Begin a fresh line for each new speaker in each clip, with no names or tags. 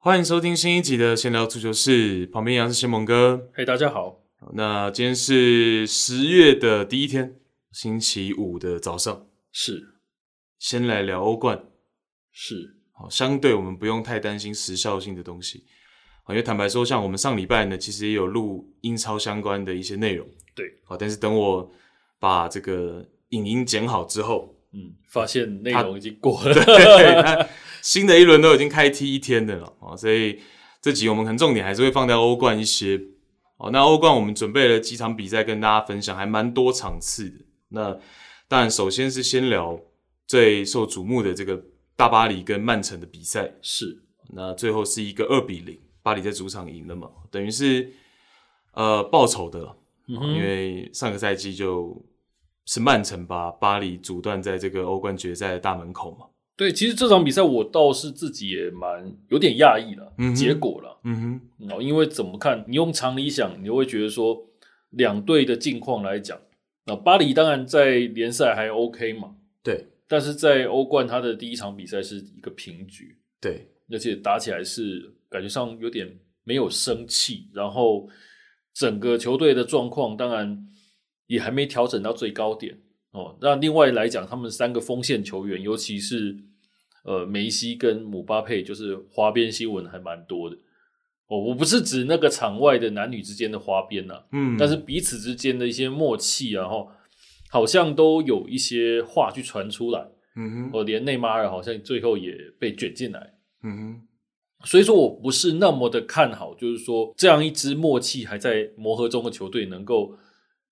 欢迎收听新一集的闲聊足球室，旁边一样是仙蒙哥。
哎嘿、大家好，
那今天是十月的第一天，星期五的早上，
是
先来聊欧冠。
是，
好，相对我们不用太担心时效性的东西。好，因为坦白说，像我们上礼拜呢，其实也有录英超相关的一些内容。
对，
好，但是等我把这个影音剪好之后，
嗯，发现内容已经过
对，
了，
那新的一轮都已经开踢一天的了啊、哦，所以这集我们可能重点还是会放在欧冠一些。哦，那欧冠我们准备了几场比赛跟大家分享，还蛮多场次的。那当然，首先是先聊最受瞩目的这个大巴黎跟曼城的比赛。
是
那最后是一个二比零，巴黎在主场赢了嘛，等于是呃报仇的了、因为上个赛季就是曼城把巴黎阻断在这个欧冠决赛的大门口嘛。
对。其实这场比赛我倒是自己也蛮有点讶异了，
嗯哼
结果了
嗯哼，
哦，因为怎么看，你用常理想，你就会觉得说两队的近况来讲，那巴黎当然在联赛还 OK 嘛，
对
但是在欧冠他的第一场比赛是一个平局，
对，
而且打起来是感觉上有点没有生气，然后整个球队的状况当然也还没调整到最高点哦。那另外来讲，他们三个锋线球员，尤其是呃梅西跟姆巴佩，就是花边新闻还蛮多的。哦，我不是指那个场外的男女之间的花边呐、
嗯，
但是彼此之间的一些默契啊，哈，好像都有一些话去传出来。
嗯哼，
哦，连内马尔好像最后也被卷进来。
嗯哼，
所以说我不是那么的看好，就是说这样一支默契还在磨合中的球队能够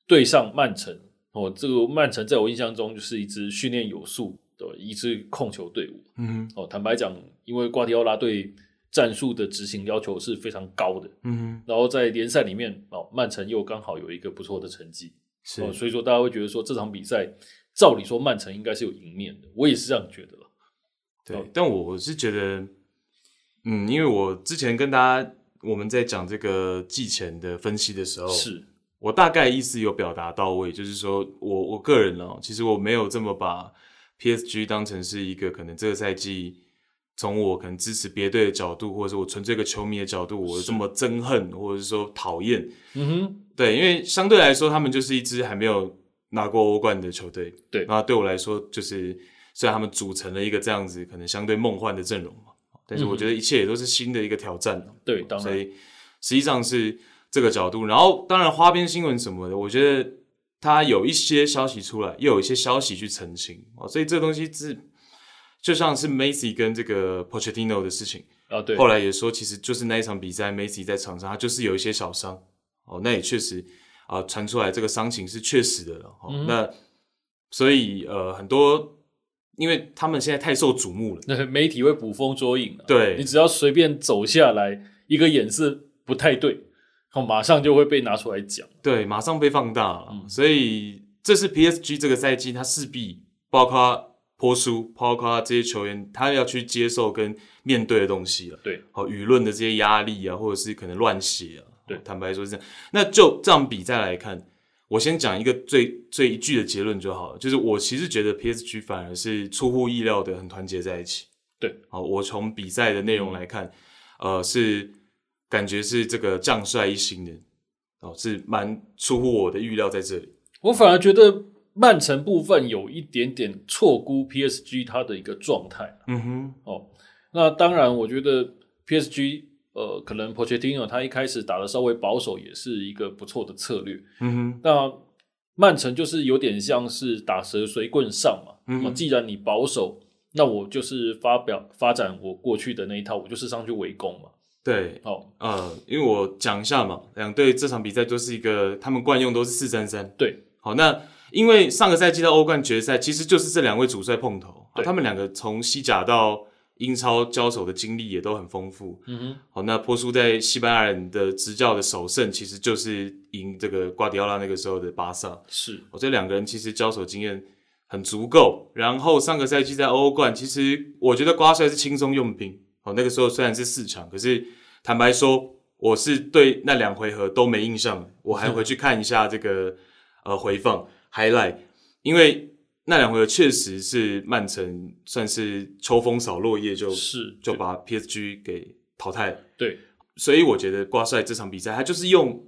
对上曼城哦。这个曼城在我印象中就是一支训练有素的一支控球队伍
嗯哼，
哦。坦白讲，因为瓜迪奥拉对战术的执行要求是非常高的，
嗯哼，
然后在联赛里面哦，曼城又刚好有一个不错的成绩
是，
哦，所以说大家会觉得说这场比赛照理说曼城应该是有赢面的，我也是这样觉得了。哦
对。但我我是觉得，嗯，因为我之前跟大家我们在讲这个季前的分析的时候，
是
我大概意思有表达到位，就是说我我个人哦，其实我没有这么把 PSG 当成是一个可能这个赛季从我可能支持别队的角度，或者是我纯粹一个球迷的角度，我
是
这么憎恨或者是说讨厌，
嗯哼，
对，因为相对来说，他们就是一支还没有拿过欧冠的球队。
对
那对我来说，就是虽然他们组成了一个这样子可能相对梦幻的阵容嘛，但是我觉得一切也都是新的一个挑战哦。
嗯对，当
所
然
以实际上是这个角度。然后，当然花边新闻什么的，我觉得它有一些消息出来，又有一些消息去澄清哦，所以这东西是就像是 Macy 跟这个 Pochettino 的事情。
啊，对，
后来也说，其实就是那一场比赛，Macy 在场上他就是有一些小伤哦，那也确实啊传、出来这个伤情是确实的了。哦
嗯
那所以呃很多，因为他们现在太受瞩目了，
那 媒体会捕风捉影、啊，
对
你只要随便走下来，一个眼色不太对，哦，马上就会被拿出来讲。
对，马上被放大了，
嗯
所以这是 PSG 这个赛季他势必包括波叔，包括这些球员，他要去接受跟面对的东西了。
对，
好舆论的这些压力啊，或者是可能乱写啊。
对
坦白说是这样。那就这场比赛来看，我先讲一个最最一句的结论就好了，就是我其实觉得 PSG 反而是出乎意料的很团结在一起。
对，
好，我从比赛的内容来看，呃，是感觉是这个将帅一心的，哦，是蛮出乎我的预料在这里。
我反而觉得曼城部分有一点点错估 PSG 它的一个状态
嗯哼，
哦。那当然，我觉得 PSG 呃，可能 Pochettino 他一开始打的稍微保守也是一个不错的策略。
嗯哼，
那曼城就是有点像是打蛇随棍上嘛。
嗯
那既然你保守，那我就是发表发展我过去的那一套，我就是上去围攻嘛。
对，
哦，
呃，因为我讲一下嘛，两队这场比赛都是一个他们惯用都是四三三。
对，
好，那因为上个赛季的欧冠决赛，其实就是这两位主帅碰头，啊
对
他们两个从西甲到英超交手的经历也都很丰富。
嗯哼，
好，那波叔在西班牙人的执教的首胜，其实就是赢这个瓜迪奥拉那个时候的巴萨。
是，
我这两个人其实交手经验很足够。然后上个赛季在欧冠，其实我觉得瓜帅是轻松用兵。哦，那个时候虽然是四场，可是坦白说，我是对那两回合都没印象。我还回去看一下这个呃回放 highlight，因为那两回合确实是曼城算是秋风扫落叶就是就把 PSG 给淘汰了。
对，
所以我觉得挂帅这场比赛，他就是用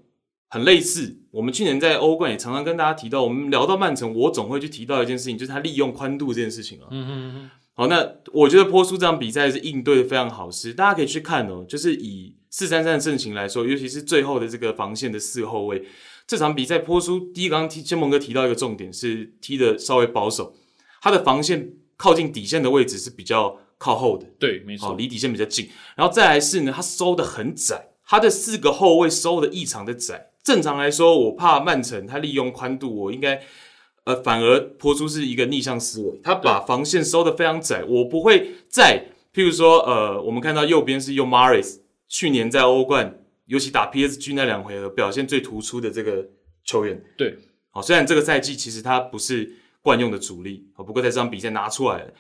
很类似我们去年在欧冠也常常跟大家提到，我们聊到曼城，我总会去提到一件事情，就是他利用宽度这件事情啊。
嗯嗯嗯，
好，那我觉得波叔这场比赛是应对的非常好，是大家可以去看哦。就是以四三三的阵型来说，尤其是最后的这个防线的四后卫，这场比赛波叔第一个刚刚提千蒙哥提到一个重点是踢的稍微保守，他的防线靠近底线的位置是比较靠后的，
对，没
好，
错，
哦离底线比较近。然后再来是呢，他收的很窄，他的四个后卫收的异常的窄。正常来说，我怕曼城他利用宽度，我应该呃反而泼出是一个逆向思维，他把防线收的非常窄，我不会再譬如说呃，我们看到右边是用 Maris，去年在欧冠尤其打 PSG 那两回合表现最突出的这个球员，
对，
好，虽然这个赛季其实他不是惯用的主力，好，不过在这场比赛拿出来了。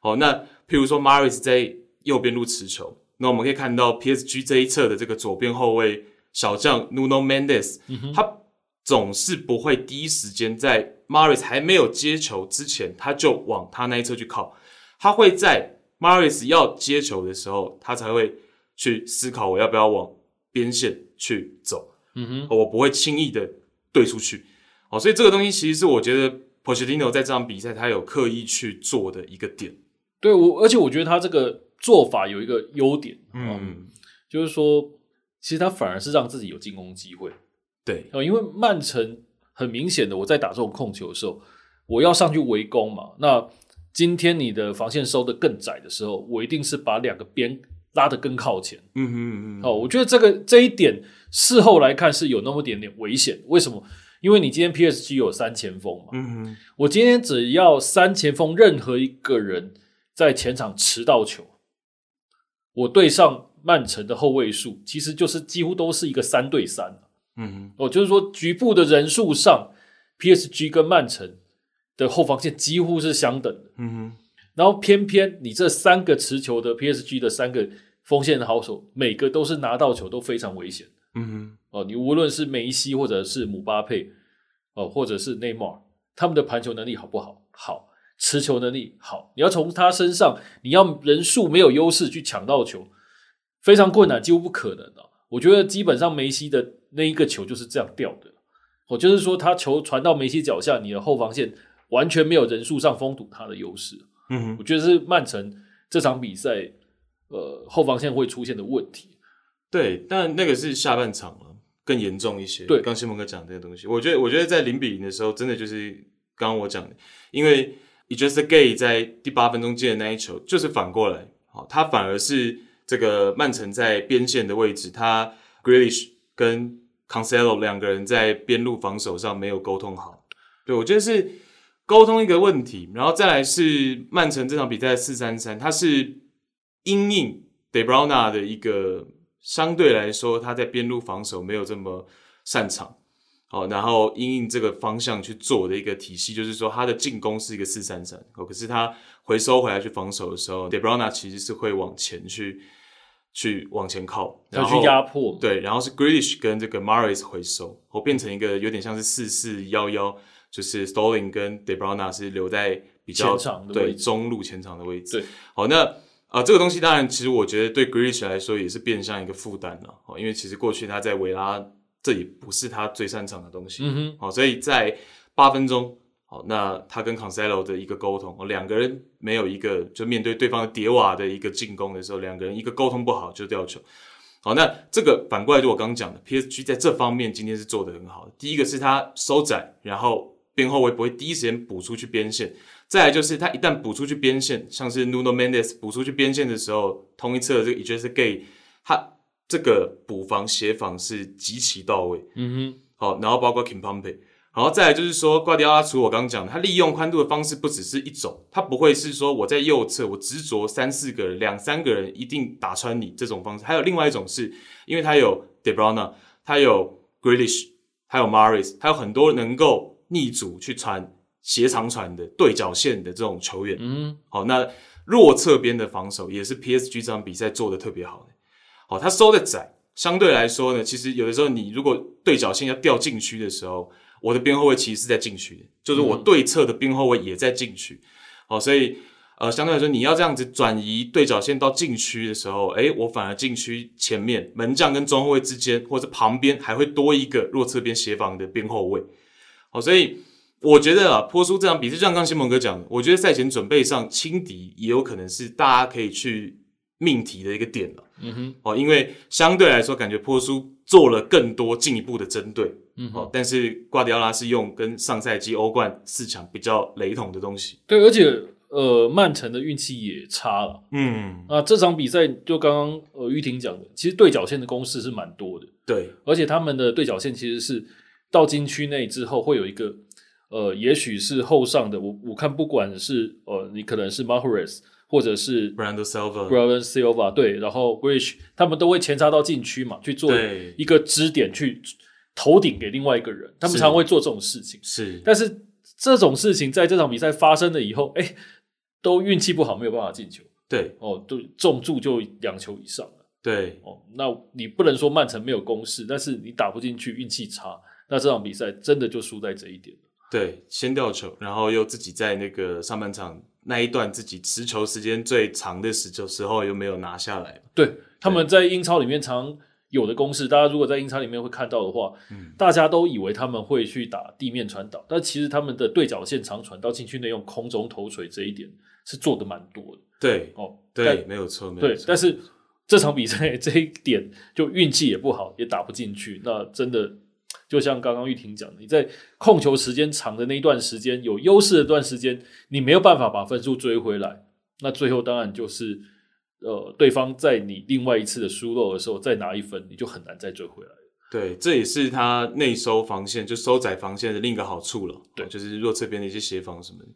好，那譬如说 Maris 在右边路持球，那我们可以看到 PSG 这一侧的这个左边后卫小将 Nuno Mendes，、他总是不会第一时间在 Maris 还没有接球之前，他就往他那一侧去靠，他会在 Maris 要接球的时候，他才会去思考我要不要往边线去走。
嗯哼，
我不会轻易的对出去。哦，所以这个东西其实是我觉得 Pochettino 在这场比赛他有刻意去做的一个点。
对我，而且我觉得他这个做法有一个优点，嗯，
嗯，
就是说，其实他反而是让自己有进攻机会，
对，
哦，因为曼城很明显的，我在打这种控球的时候，我要上去围攻嘛。那今天你的防线收的更窄的时候，我一定是把两个边拉得更靠前。
嗯嗯嗯，
哦，我觉得这个这一点事后来看是有那么点点危险。为什么？因为你今天 PSG 有三前锋嘛，
嗯嗯，
我今天只要三前锋任何一个人在前场持到球，我对上曼城的后卫数，其实就是几乎都是一个三对三、
嗯
哦，就是说局部的人数上，PSG 跟曼城的后防线几乎是相等的。
嗯
然后偏偏你这三个持球的 PSG 的三个锋线的好手，每个都是拿到球都非常危险
嗯
哦。你无论是梅西或者是姆巴佩，哦，或者是内马尔，他们的盘球能力好不好？好，持球能力好。你要从他身上，你要人数没有优势去抢到球，非常困难，几乎不可能的、我觉得基本上梅西的那一个球就是这样掉的。我就是说，他球传到梅西脚下，你的后防线完全没有人数上封堵他的优势。
嗯
我觉得是曼城这场比赛，呃，后防线会出现的问题。
对，但那个是下半场了，更严重一些。
对
刚新蒙哥讲这个东西，我觉得我觉得在零比零的时候，真的就是刚刚我讲的，因为 e j u s t Gay 在第八分钟进的那一球，就是反过来，好、他反而是这个曼城在边线的位置，他 Grealish 跟 Cancelo 两个人在边路防守上没有沟通好。对，我觉得是沟通一个问题，然后再来是曼城这场比赛四三三，它是因应 De b r u n a 的一个相对来说他在边路防守没有这么擅长，哦，然后因应这个方向去做的一个体系，就是说他的进攻是一个四三三，哦，可是他回收回来去防守的时候，De b r u n a 其实是会往前去去往前靠，
要
然后
去压迫嘛，
对，然后是 Grealish 跟这个 Maris 回收，哦，变成一个有点像是四四幺幺，就是 Stolling 跟 De Bruyne 是留在比较
前场的位
对
置
中路前场的位置。
对，
好，那啊、呃这个东西当然，其实我觉得对 Grealish 来说也是变相一个负担了，哦，因为其实过去他在维拉这也不是他最擅长的东西，
嗯哼，
好，所以在八分钟，好，那他跟 Cancelo 的一个沟通，哦两个人没有一个就面对对方的迭瓦的一个进攻的时候，两个人一个沟通不好就掉球。好，那这个反过来就我刚刚讲的，PSG 在这方面今天是做得很好的。第一个是他收窄，然后边后卫不会第一时间补出去边线；再来就是他一旦补出去边线，像是 Nuno Mendes 补出去边线的时候，同一侧的这个 e j u s Gay，他这个补防协防是极其到位。
嗯哼，
好，然后包括 Kim Pompey，然后再来就是说瓜迪奥拉，除了我刚刚讲的，他利用宽度的方式不只是一种，他不会是说我在右侧我执着三四个人、两三个人一定打穿你这种方式，还有另外一种是因为他有 De Bruyne，他有 Grealish，他有 Maris，他有很多能够逆组去传斜长传的对角线的这种球员，
嗯
好，那弱侧边的防守也是 PSG 这场比赛做的特别好的。好，他收的窄，相对来说呢，其实有的时候你如果对角线要掉禁区的时候，我的边后卫其实是在禁区的，就是我对侧的边后卫也在禁区。好，所以呃，相对来说，你要这样子转移对角线到禁区的时候，诶，我反而禁区前面门将跟中后卫之间，或者旁边还会多一个弱侧边协防的边后卫。好，所以我觉得啊，波叔这场比赛，就像刚新蒙哥讲的，我觉得赛前准备上轻敌也有可能是大家可以去命题的一个点了。
嗯哼，
哦，因为相对来说，感觉波叔做了更多进一步的针对。
嗯哼
哦，但是瓜迪奥拉是用跟上赛季欧冠四强比较雷同的东西。
对，而且呃，曼城的运气也差了。
嗯，
那这场比赛就刚刚呃玉婷讲的，其实对角线的攻势是蛮多的，
对，
而且他们的对角线其实是到禁区内之后会有一个呃，也许是后上的，我我看不管是呃，你可能是 Mahrez 或者是
Brando Silva，
Brian Silva 对，然后 Rich 他们都会前插到禁区嘛，去做
对
一个支点去头顶给另外一个人，他们
是
常会做这种事情。
是
但是这种事情在这场比赛发生了以后，哎，都运气不好，没有办法进球
对
哦，都重注就两球以上了
对
哦。那你不能说曼城没有攻势，但是你打不进去，运气差，那这场比赛真的就输在这一点了。
对，先掉球，然后又自己在那个上半场那一段自己持球时间最长的时球时候又没有拿下来。
对，他们在英超里面常有的公式，大家如果在英超里面会看到的话，大家都以为他们会去打地面传导，但其实他们的对角线长传到禁区内用空中头锤这一点是做的蛮多的
对
哦。
对，没有错，没
但
有
对
错，。
但是这场比赛这一点就运气也不好，也打不进去。那真的就像刚刚玉婷讲的，你在控球时间长的那一段时间有优势的段时间，你没有办法把分数追回来，那最后当然就是。呃，对方在你另外一次的疏漏的时候再拿一分，你就很难再追回来了。
对，这也是他内收防线，就收窄防线的另一个好处了。
对
哦就是弱侧边的一些协防什么的。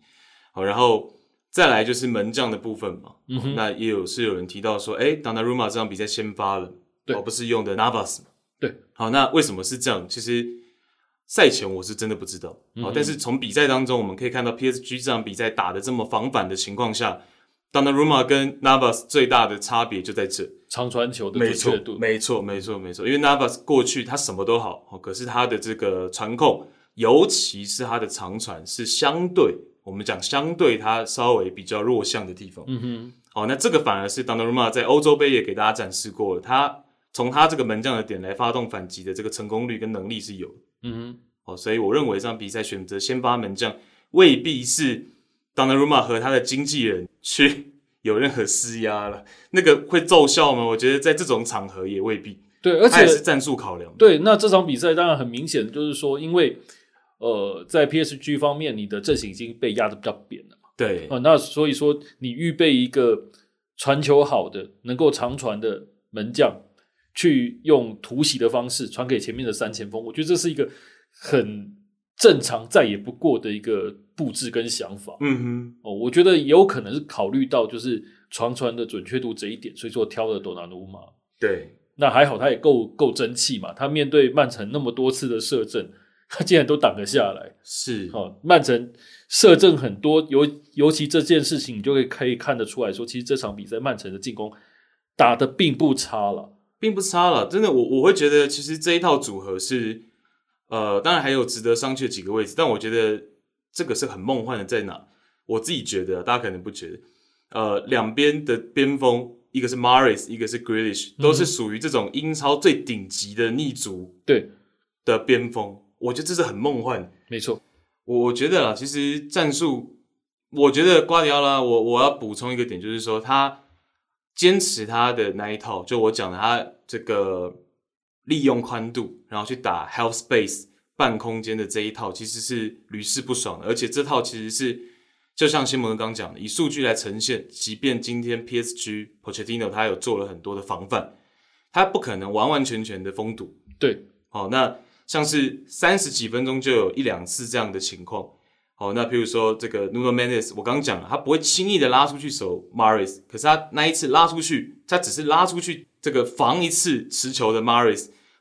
好，然后再来就是门将的部分嘛。
嗯哼
那也有是有人提到说，哎，当达鲁马这场比赛先发了，
对
哦，不是用的 Navas 嘛？
对。
好，那为什么是这样？其实赛前我是真的不知道。
嗯
好，
哼
但是从比赛当中我们可以看到，PSG 这场比赛打的这么防反的情况下。当达鲁马跟 Navas 最大的差别就在这，
长传球的
没
准
错
确度，，
没错，没错，没错。因为 Navas 过去他什么都好，哦可是他的这个传控，尤其是他的长传，是相对我们讲相对他稍微比较弱项的地方。
嗯哼，
哦，那这个反而是 Donnarumma 在欧洲杯也给大家展示过了，他从他这个门将的点来发动反击的这个成功率跟能力是有的。
嗯哼，
哦，所以我认为这场比赛选择先发门将未必是 Donnarumma 和他的经纪人去 有任何施压了，那个会奏效吗？我觉得在这种场合也未必，
对，而
他
且
也是战术考量。
对，那这场比赛当然很明显，就是说，因为呃，在 PSG 方面，你的阵型已经被压得比较扁了嘛，
对
呃，那所以说你预备一个传球好的、能够长传的门将，去用突袭的方式传给前面的三前锋，我觉得这是一个很正常、再也不过的一个布置跟想法。
嗯
哦，我觉得也有可能是考虑到就是长传的准确度这一点，所以说挑了多纳鲁马。
哼，对
那还好，他也够够争气嘛。他面对曼城那么多次的射正， 他竟然都挡得下来。
是，
哦，曼城射正很多，尤尤其这件事情，你就可以可以看得出来说，其实这场比赛曼城的进攻打得并不差了。
并不差了。真的，我我会觉得其实这一套组合是，呃，当然还有值得商榷几个位置，但我觉得这个是很梦幻的，在哪？我自己觉得，啊大家可能不觉得。呃，两边的边锋，一个是 Maris，一个是 Grealish，都是属于这种英超最顶级的逆足
对，
的边锋。我觉得这是很梦幻的
没错，
我我觉得啊，其实战术，我觉得瓜迪奥拉，我我要补充一个点，就是说他坚持他的那一套，就我讲的他这个利用宽度，然后去打 half space 半空间的这一套，其实是屡试不爽的。而且这套其实是就像新蒙刚讲的，以数据来呈现，即便今天 PSG Pochettino 他有做了很多的防范，他不可能完完全全的封堵，
对，
好、那像是三十几分钟就有一两次这样的情况。好、那譬如说这个 Nuno Mendes，我刚刚讲了，他不会轻易的拉出去守 Maris，可是他那一次拉出去，他只是拉出去这个防一次持球的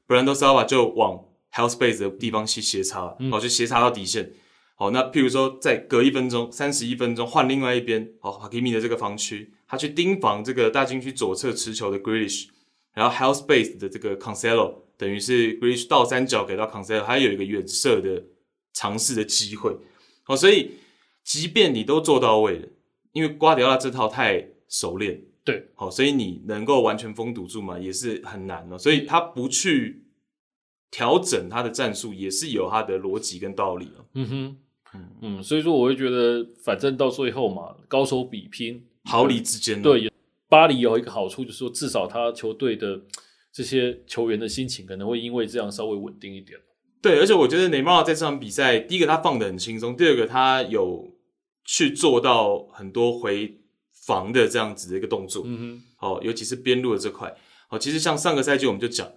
Maris，Brando Silva 就往 Hell Space 的地方去斜插，好、就斜插到底线。好，那譬如说，再隔一分钟，三十一分钟换另外一边，好、哈 Hakimi 的这个防区，他去盯防这个大禁区左侧持球的 Grealish，然后 Hell Space 的这个 Cancelo，等于是 Grealish 倒三角给到 Cancelo，他有一个远射的尝试的机会。哦，所以即便你都做到位了，因为瓜迪奥拉这套太熟练，
对，
好、所以你能够完全封堵住嘛，也是很难哦。所以他不去调整他的战术，也是有他的逻辑跟道理哦。
嗯哼
嗯，
嗯，所以说我会觉得，反正到最后嘛，高手比拼，
毫厘之间、哦，
对，也巴黎有一个好处，就是说至少他球队的这些球员的心情可能会因为这样稍微稳定一点。
对，而且我觉得内马尔在这场比赛，第一个他放的很轻松，第二个他有去做到很多回防的这样子的一个动作。
嗯
哦，尤其是边路的这块。哦，其实像上个赛季我们就讲，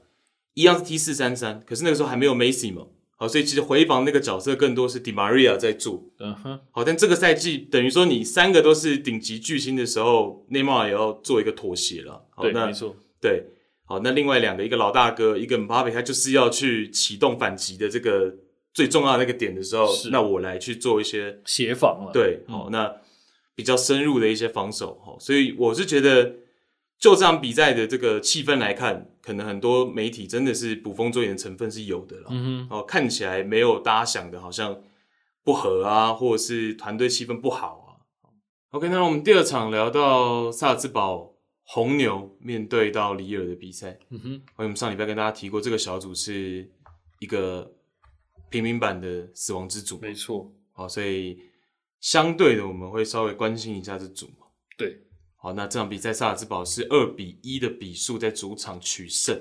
一样是 T 四三三，可是那个时候还没有 Messi 嘛。哦，所以其实回防那个角色更多是 Di Maria 在做。
哼，嗯哼，
好，但这个赛季等于说你三个都是顶级巨星的时候，内马尔也要做一个妥协了。好，
对，
哦那
没错，
对，好，那另外两个，一个老大哥，一个姆巴佩，他就是要去启动反击的这个最重要的那个点的时候
是，嗯
那我来去做一些
协防了。，
对，好、那比较深入的一些防守，好、所以我是觉得就这场比赛的这个气氛来看，可能很多媒体真的是捕风捉影的成分是有的了，
嗯哼，
哦，看起来没有大家想的好像不合啊，或者是团队气氛不好啊。OK，那我们第二场聊到萨尔茨堡红牛面对到里尔的比赛，
嗯哼，
我们上礼拜跟大家提过，这个小组是一个平民版的死亡之组，
没错，
好，所以相对的我们会稍微关心一下这组嘛。
对，
好，那这场比赛萨尔茨堡是二比一的比数在主场取胜，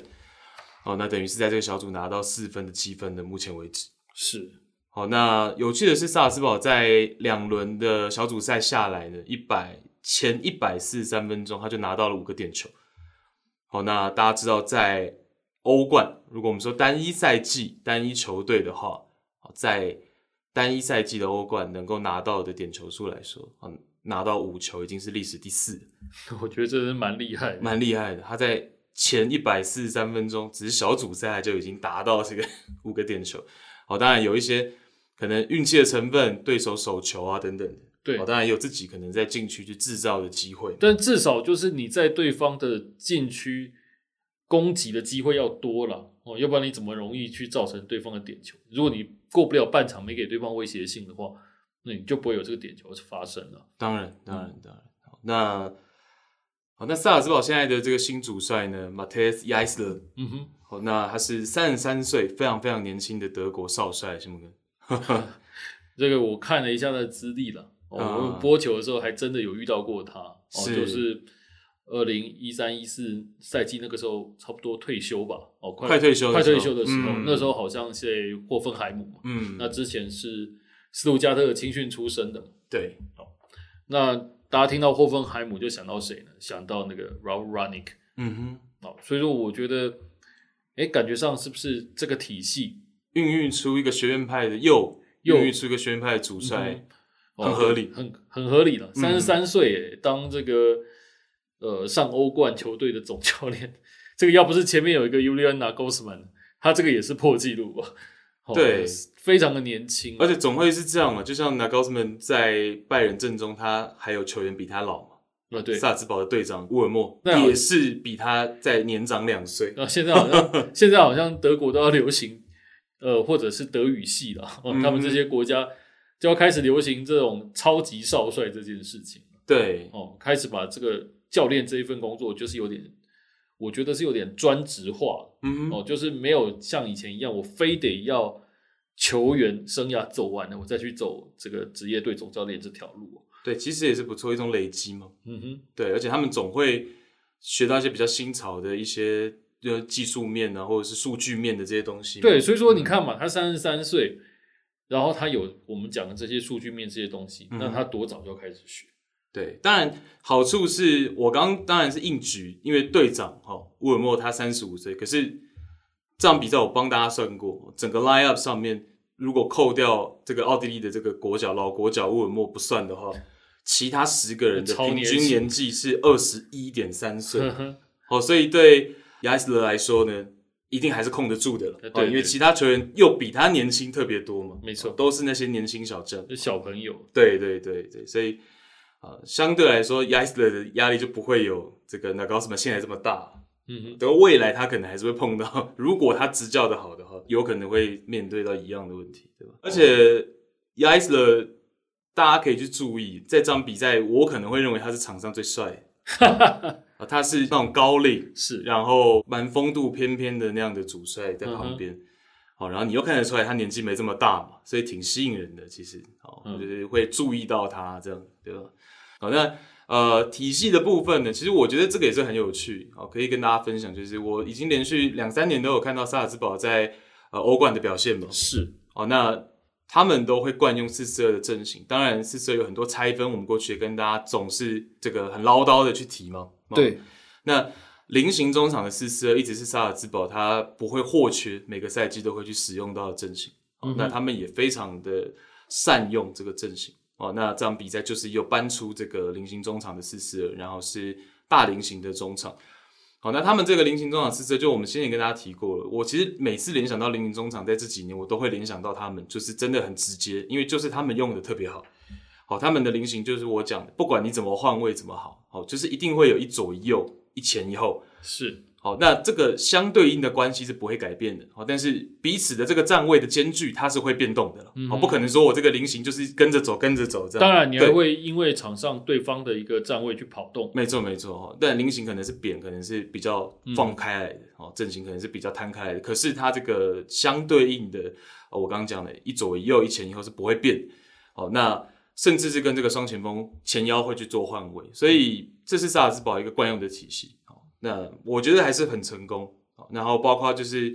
哦，那等于是在这个小组拿到四分的积分的，目前为止。
是，
好，那有趣的是，萨尔斯堡在两轮的小组赛下来呢，一百前一百四十三分钟，他就拿到了五个点球。好，那大家知道，在欧冠，如果我们说单一赛季、单一球队的话，好在单一赛季的欧冠能够拿到的点球数来说，嗯，拿到五球已经是历史第四了，
我觉得这是蛮厉害的。
蛮厉害的。他在前一百四十三分钟，只是小组赛就已经达到这个 五个点球。好，当然有一些可能运气的成分，对手手球啊等等的。
对
好，当然有自己可能在禁区去制造的机会。
但至少就是你在对方的禁区攻击的机会要多了哦，要不然你怎么容易去造成对方的点球？如果你过不了半场没给对方威胁性的话，那你就不会有这个点球发生了。
当然，当然，
嗯
当然。好，那好，那萨尔斯堡现在的这个新主帅呢，Matthias y i s l e r
嗯哼，
好，那他是三十三岁，非常非常年轻的德国少帅，是吗？
这个我看了一下他的资历了，哦、
啊
我们播球的时候还真的有遇到过他，哦，
是
就是二零一三一四赛季那个时候差不多退休吧，哦，快
快退休的时候
快退休的时候，
嗯
那时候好像是霍芬海姆嘛，
嗯，
那之前是斯图加特的青训出身的嘛。
对，
那大家听到霍芬海姆就想到谁呢？想到那个 Rob Ranick
嗯哼，
哦，所以说我觉得，哎，感觉上是不是这个体系
孕育出一个学院派的又
又
孕育出一个学院派的主帅。
嗯哦
很合理
很很合理了。
嗯
三十三岁耶当这个呃上欧冠球队的总教练，这个要不是前面有一个 Uliana Gosman，他这个也是破纪录吧？哦
对，
非常的年轻，啊
而且总会是这样嘛，就像 Nagelsmann 在拜仁阵中，他还有球员比他老嘛，
啊对，啊
萨尔茨堡的队长乌尔默
那好
也是比他在年长两岁。
然后现在好像 现在好像德国都要流行，呃，或者是德语系了、哦
嗯
他们这些国家就要开始流行这种超级少帅这件事情
对，
哦，开始把这个教练这一份工作就是有点，我觉得是有点专职化
嗯哼，
哦，就是没有像以前一样，我非得要球员生涯走完了，我再去走这个职业队总教练这条路。哦
对，其实也是不错一种累积嘛。
嗯哼，
对，而且他们总会学到一些比较新潮的一些呃技术面啊，或者是数据面的这些东西嘛。
对，所以说你看嘛，他三十三岁，然后他有我们讲的这些数据面这些东西，
嗯
那他多早就开始学？
对，当然好处是我刚刚当然是硬局，因为队长哈乌尔默他三十五岁，可是这场比赛我帮大家算过，整个 line up 上面如果扣掉这个奥地利的这个国脚老国脚乌尔默不算的话，其他十个人的
超
平
年
均
轻
年纪是二十一点三岁
呵， 呵
哦，所以对亚斯勒来说呢，一定还是控得住的了
呃，对
哦，因为
对
其他球员又比他年轻特别多嘛，
没错
哦都是那些年轻小将。
就小朋友，
对对对对，所以呃，相对来说 y a s l e r 的压力就不会有这个 Nagelsmann 现在这么大。
嗯哼，
等未来他可能还是会碰到， 如果他执教的好的话，有可能会面对到一样的问题，对吧？而且 y a s l e r 大家可以去注意，在这场比赛，我可能会认为他是场上最帅的。啊，他是那种高领，
是
然后蛮风度翩翩的那样的主帅在旁边。好、然后你又看得出来他年纪没这么大嘛，所以挺吸引人的。其实，好、
嗯
就是会注意到他这样，对吧？好，那呃体系的部分呢，其实我觉得这个也是很有趣，好，可以跟大家分享。就是我已经连续两三年都有看到萨尔兹堡在呃欧冠的表现嘛，
是
哦，那他们都会惯用四四二的阵型，当然四四二有很多拆分，我们过去也跟大家总是这个很唠叨的去提嘛。哦，
对，
那菱形中场的四四二一直是萨尔兹堡他不会或缺，每个赛季都会去使用到的阵型。哦
嗯哼
那他们也非常的善用这个阵型。哦，那这场比赛就是又搬出这个菱形中场的四四二，然后是大菱形的中场。好，那他们这个菱形中场四四，就我们先前跟大家提过了。我其实每次联想到菱形中场，在这几年我都会联想到他们，就是真的很直接，因为就是他们用的特别好。好，他们的菱形就是我讲的，不管你怎么换位怎么好，好就是一定会有一左一右、一前一后。
是
好，那这个相对应的关系是不会改变的。好，但是彼此的这个站位的间距，它是会变动的了。好，不可能说我这个菱形就是跟着走、跟着走这样。
当然你还
对
会因为场上对方的一个站位去跑动，
没错没错哦，但菱形可能是扁，可能是比较放开来的、哦，阵型可能是比较摊开来的。可是它这个相对应的，哦、我刚刚讲的一左一右、一前一后是不会变哦。那甚至是跟这个双前锋前腰会去做换位，所以这是萨尔兹堡一个惯用的体系。哦，那我觉得还是很成功。哦、然后包括就是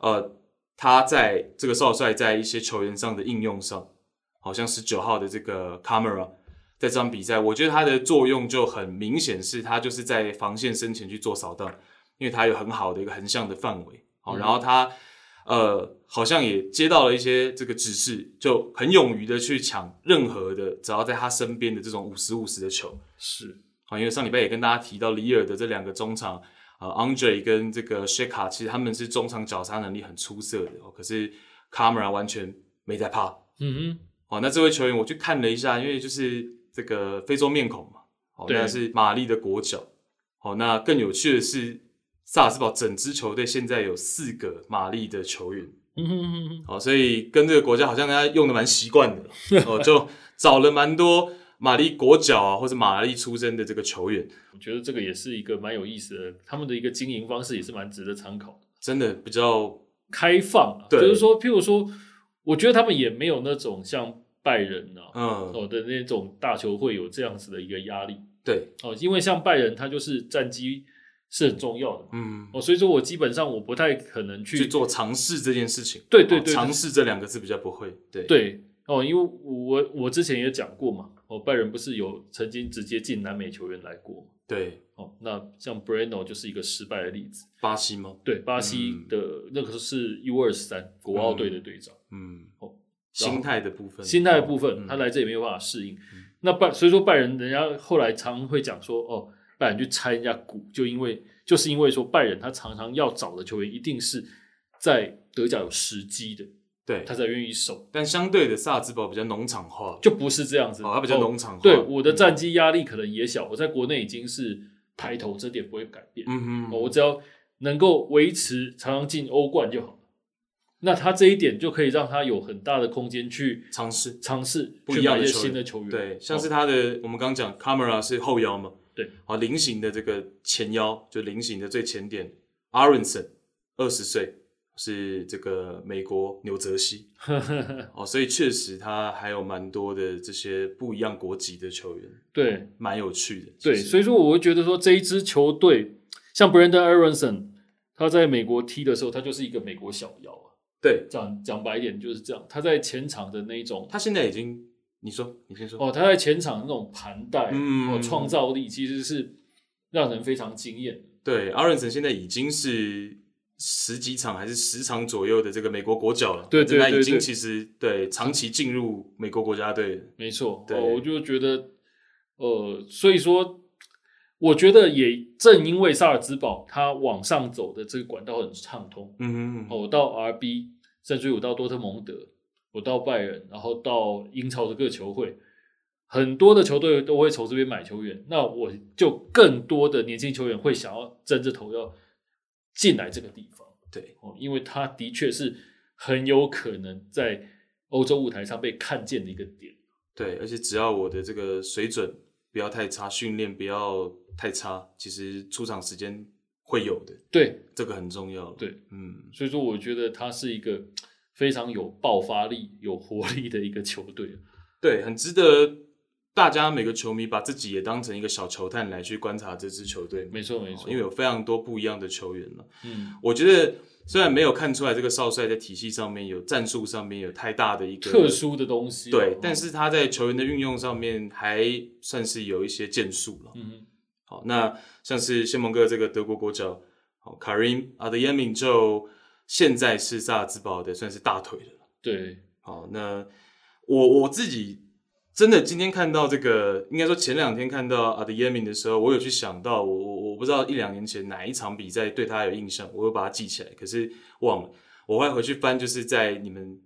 呃，他在这个少帅在一些球员上的应用上，好像十九号的这个 Camera。在这场比赛，我觉得他的作用就很明显，是他就是在防线身前去做扫荡，因为他有很好的一个横向的范围。好、
嗯
然后他呃好像也接到了一些这个指示，就很勇于的去抢任何的只要在他身边的这种五十五十的球。
是
好，因为上礼拜也跟大家提到里尔的这两个中场，呃，Andre 跟这个 Sheka，其实他们是中场绞杀能力很出色的，哦、可是 Camera 完全没在怕。
嗯哼，
哦，那这位球员我去看了一下，因为就是这个非洲面孔嘛，哦，
对
那是玛丽的国脚。哦，那更有趣的是，萨尔斯堡整支球队现在有四个玛丽的球员，
嗯哼嗯哼，
哦，所以跟这个国家好像大家用的蛮习惯的，哦，就找了蛮多玛丽国脚啊或者玛丽出身的这个球员，
我觉得这个也是一个蛮有意思的，他们的一个经营方式也是蛮值得参考的。
真的比较
开放、啊，
对
就是说，譬如说，我觉得他们也没有那种像拜仁啊，
嗯，
哦的那种大球会有这样子的一个压力
对，
哦，因为像拜仁，他就是战绩是很重要的嘛，
嗯，
哦，所以说我基本上我不太可能去
去做尝试这件事情，
对对对
哦尝试这两个字比较不会，对，
对哦，因为我我之前也讲过嘛，哦，拜仁不是有曾经直接进南美球员来过嘛，
对，
哦，那像 Breno 就是一个失败的例子，
巴西吗？
对，巴西
嗯
的、那个时候是 U 二三国奥队的队长。
嗯
哦，
心态的部分，
心态的部分，
嗯
他来这也没有办法适应。那拜，所以说拜仁，人家后来常会讲说，哦，拜仁去拆人家股，就因为就是因为说拜仁他常常要找的球员一定是在德甲有时机的，
对
他，才愿意守，
但相对的萨尔兹堡比较农场化，
就不是这样子。
哦，它比较农场化。嗯
对我的战绩压力可能也小，我在国内已经是排头，这点不会改变。
嗯，嗯
哦
哼，
我只要能够维持常常进欧冠就好了。那他这一点就可以让他有很大的空间去
尝试
尝试
不
去
一样
买
的
一些
球
新
员
的球员，
对，像
哦
是他的我们刚讲 Camera 是后腰嘛，
对，
哦，菱形的这个前腰就菱形的最前点 Aronson 二十岁是这个美国纽泽 西哦，所以确实他还有蛮多的这些不一样国籍的球员，
对
蛮有趣的。
对，所
以
以说我会觉得说这一支球队，像 Brandon Aronson，他在美国踢的时候，他就是一个美国小妖啊。
对
讲讲白一点就是这样，他在前场的那一种，
他现在已经，你说，你先说。
哦，他在前场那种盘带，
嗯
哦，创造力其实是让人非常惊艳。
对，Aronson 现在已经是十几场还是十场左右的这个美国国脚了，
对对
那
对
已经
对
其实对长期进入美国国家队了，
没错，
对
哦，我就觉得，呃，所以说，我觉得也正因为萨尔兹堡它往上走的这个管道很畅通，
嗯
哦，我到 RB，甚至于我到多特蒙德，我到拜仁，然后到英超的各球会，很多的球队都会从这边买球员，那我就更多的年轻球员会想要争着头要进来这个地方
对，
哦，因为他的确是很有可能在欧洲舞台上被看见的一个点。
对，而且只要我的这个水准不要太差，训练不要太差，其实出场时间会有的，
对，
这个很重要。
对，
嗯，
所以说我觉得他是一个非常有爆发力、有活力的一个球队。啊
对，很值得大家每个球迷把自己也当成一个小球探来去观察这支球队。
没错，没错，
哦因为有非常多不一样的球员了。
嗯，
我觉得虽然没有看出来这个少帅在体系上面有战术上面有太大的一个
特殊的东西啊，
对
嗯，
但是他在球员的运用上面还算是有一些建树了。
嗯哼，
好，那像是谢蒙哥这个德国国脚，好卡瑞阿德耶敏就现在是萨尔兹堡的算是大腿了。
对，
好，那我我自己真的今天看到这个，应该说前两天看到阿德耶敏的时候，我有去想到我我我不知道一两年前哪一场比赛对他有印象，我有把它记起来，可是忘了。我会回去翻，就是在你们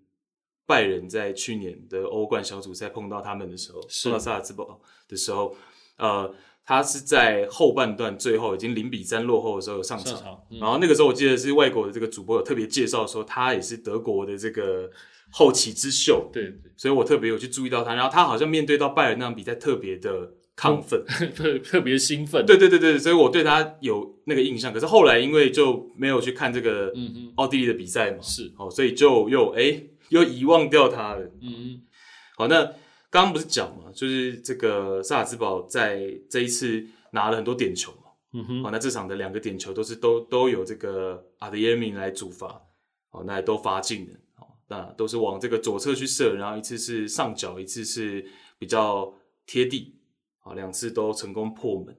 拜仁在去年的欧冠小组赛碰到他们的时候，
是
碰到萨尔兹堡的时候，呃，他是在后半段最后已经零比三落后的时候有上
上
场。
场，嗯
然后那个时候我记得是外国的这个主播有特别介绍说，他也是德国的这个后起之秀，
对对，
所以我特别有去注意到他。然后他好像面对到拜仁那场比赛特别的
嗯
亢奋，
特 特别兴奋，，
对对对对，所以我对他有那个印象。可是后来因为就没有去看这个
嗯哼，
奥地利的比赛嘛，
是，
哦，所以就又哎、又遗忘掉他了。
嗯
好，那刚刚不是讲嘛，就是这个萨尔兹堡在这一次拿了很多点球嘛。
哼，嗯哼，
哦，那这场的两个点球都是都都有这个阿德耶明来主罚，哦，那都罚进的，哦，那都是往这个左侧去射，然后一次是上角，一次是比较贴地，啊、两次都成功破门，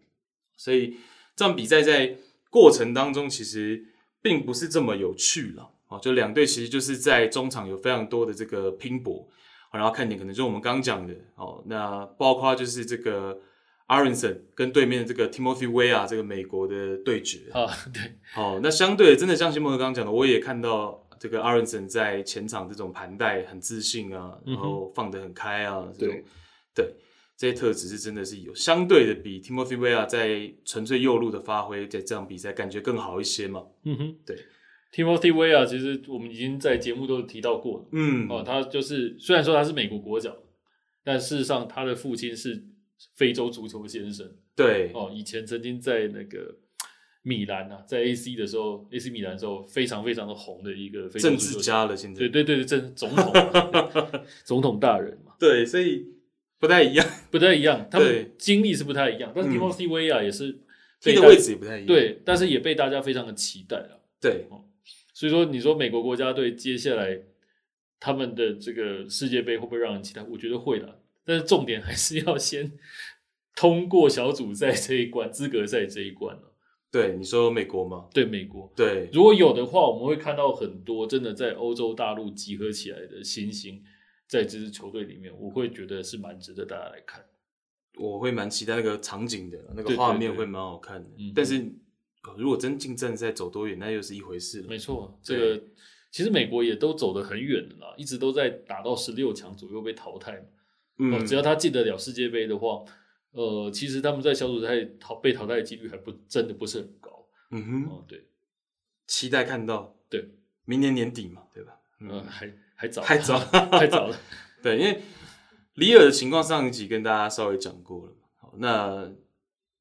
所以这场比赛在过程当中其实并不是这么有趣了，哦，就两队其实就是在中场有非常多的这个拼搏，哦然后看点可能就是我们刚讲的哦，那包括就是这个 Aronson 跟对面的这个 Timothy Way 啊，这个美国的对决。
啊， 对，
哦，那相对的真的像新梦哥刚刚讲的，我也看到这个 Aronson 在前场这种盘带很自信啊，
嗯哼
然后放得很开啊，这
对
种对这些特质是真的是有相对的比 Timothy Way 啊在纯粹右路的发挥，在这场比赛感觉更好一些嘛。
嗯哼，
对。
Timothy Way 啊，其实我们已经在节目都有提到过了，
嗯，
哦，他就是虽然说他是美国国脚，但事实上他的父亲是非洲足球先生
对，
哦，以前曾经在那个米兰啊，在 AC 的时候，AC 米兰的时候非常非常的红的一个非洲
政
足
治
球，
家了现在。
对对对，政总统 啊、总统大人嘛，
对，所以不太一样，
不太一样，他们
对
经历是不太一样，但
嗯
是 Timothy Way 啊也是
踢
被
的
大
位置也不太一样。
对，但是也被大家非常的期待啊。
对，
所以说，你说美国国家队接下来他们的这个世界杯会不会让人期待？我觉得会的，但是重点还是要先通过小组赛这一关、资格赛这一关了、
对，你说美国吗？
对美国，
对，
如果有的话，我们会看到很多真的在欧洲大陆集合起来的新星，在这支球队里面，我会觉得是蛮值得大家来看。
我会蛮期待那个场景的，那
对
个
对
画面
对
会蛮好看的。
嗯
但是、呃如果真进正赛走多远，那又是一回事了
没。错，这个其实美国也都走得很远了啦，一直都在打到十六强左右被淘汰嘛。哦，
嗯，
只要他进得了世界杯的话，呃，其实他们在小组赛淘被淘汰的几率还不真的不是很高。
嗯哼，
哦，对，
期待看到。
对，
明年年底嘛，对吧？
呃，还还早，
嗯还早
还 早了。
对，因为里尔的情况上一集跟大家稍微讲过了嘛。好，那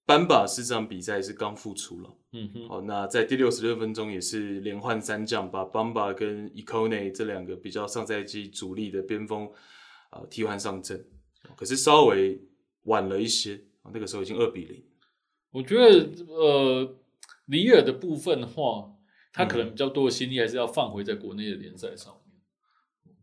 班巴是这场比赛是刚复出了。
嗯哼，
好，那在第六十六分钟也是连换三将，把 Bamba 跟 e c o n e 这两个比较上赛季主力的边锋呃替换上阵，可是稍微晚了一些，那个时候已经二比零。
我觉得呃，里尔的部分的话，他可能比较多的心力还是要放回在国内的联赛上面。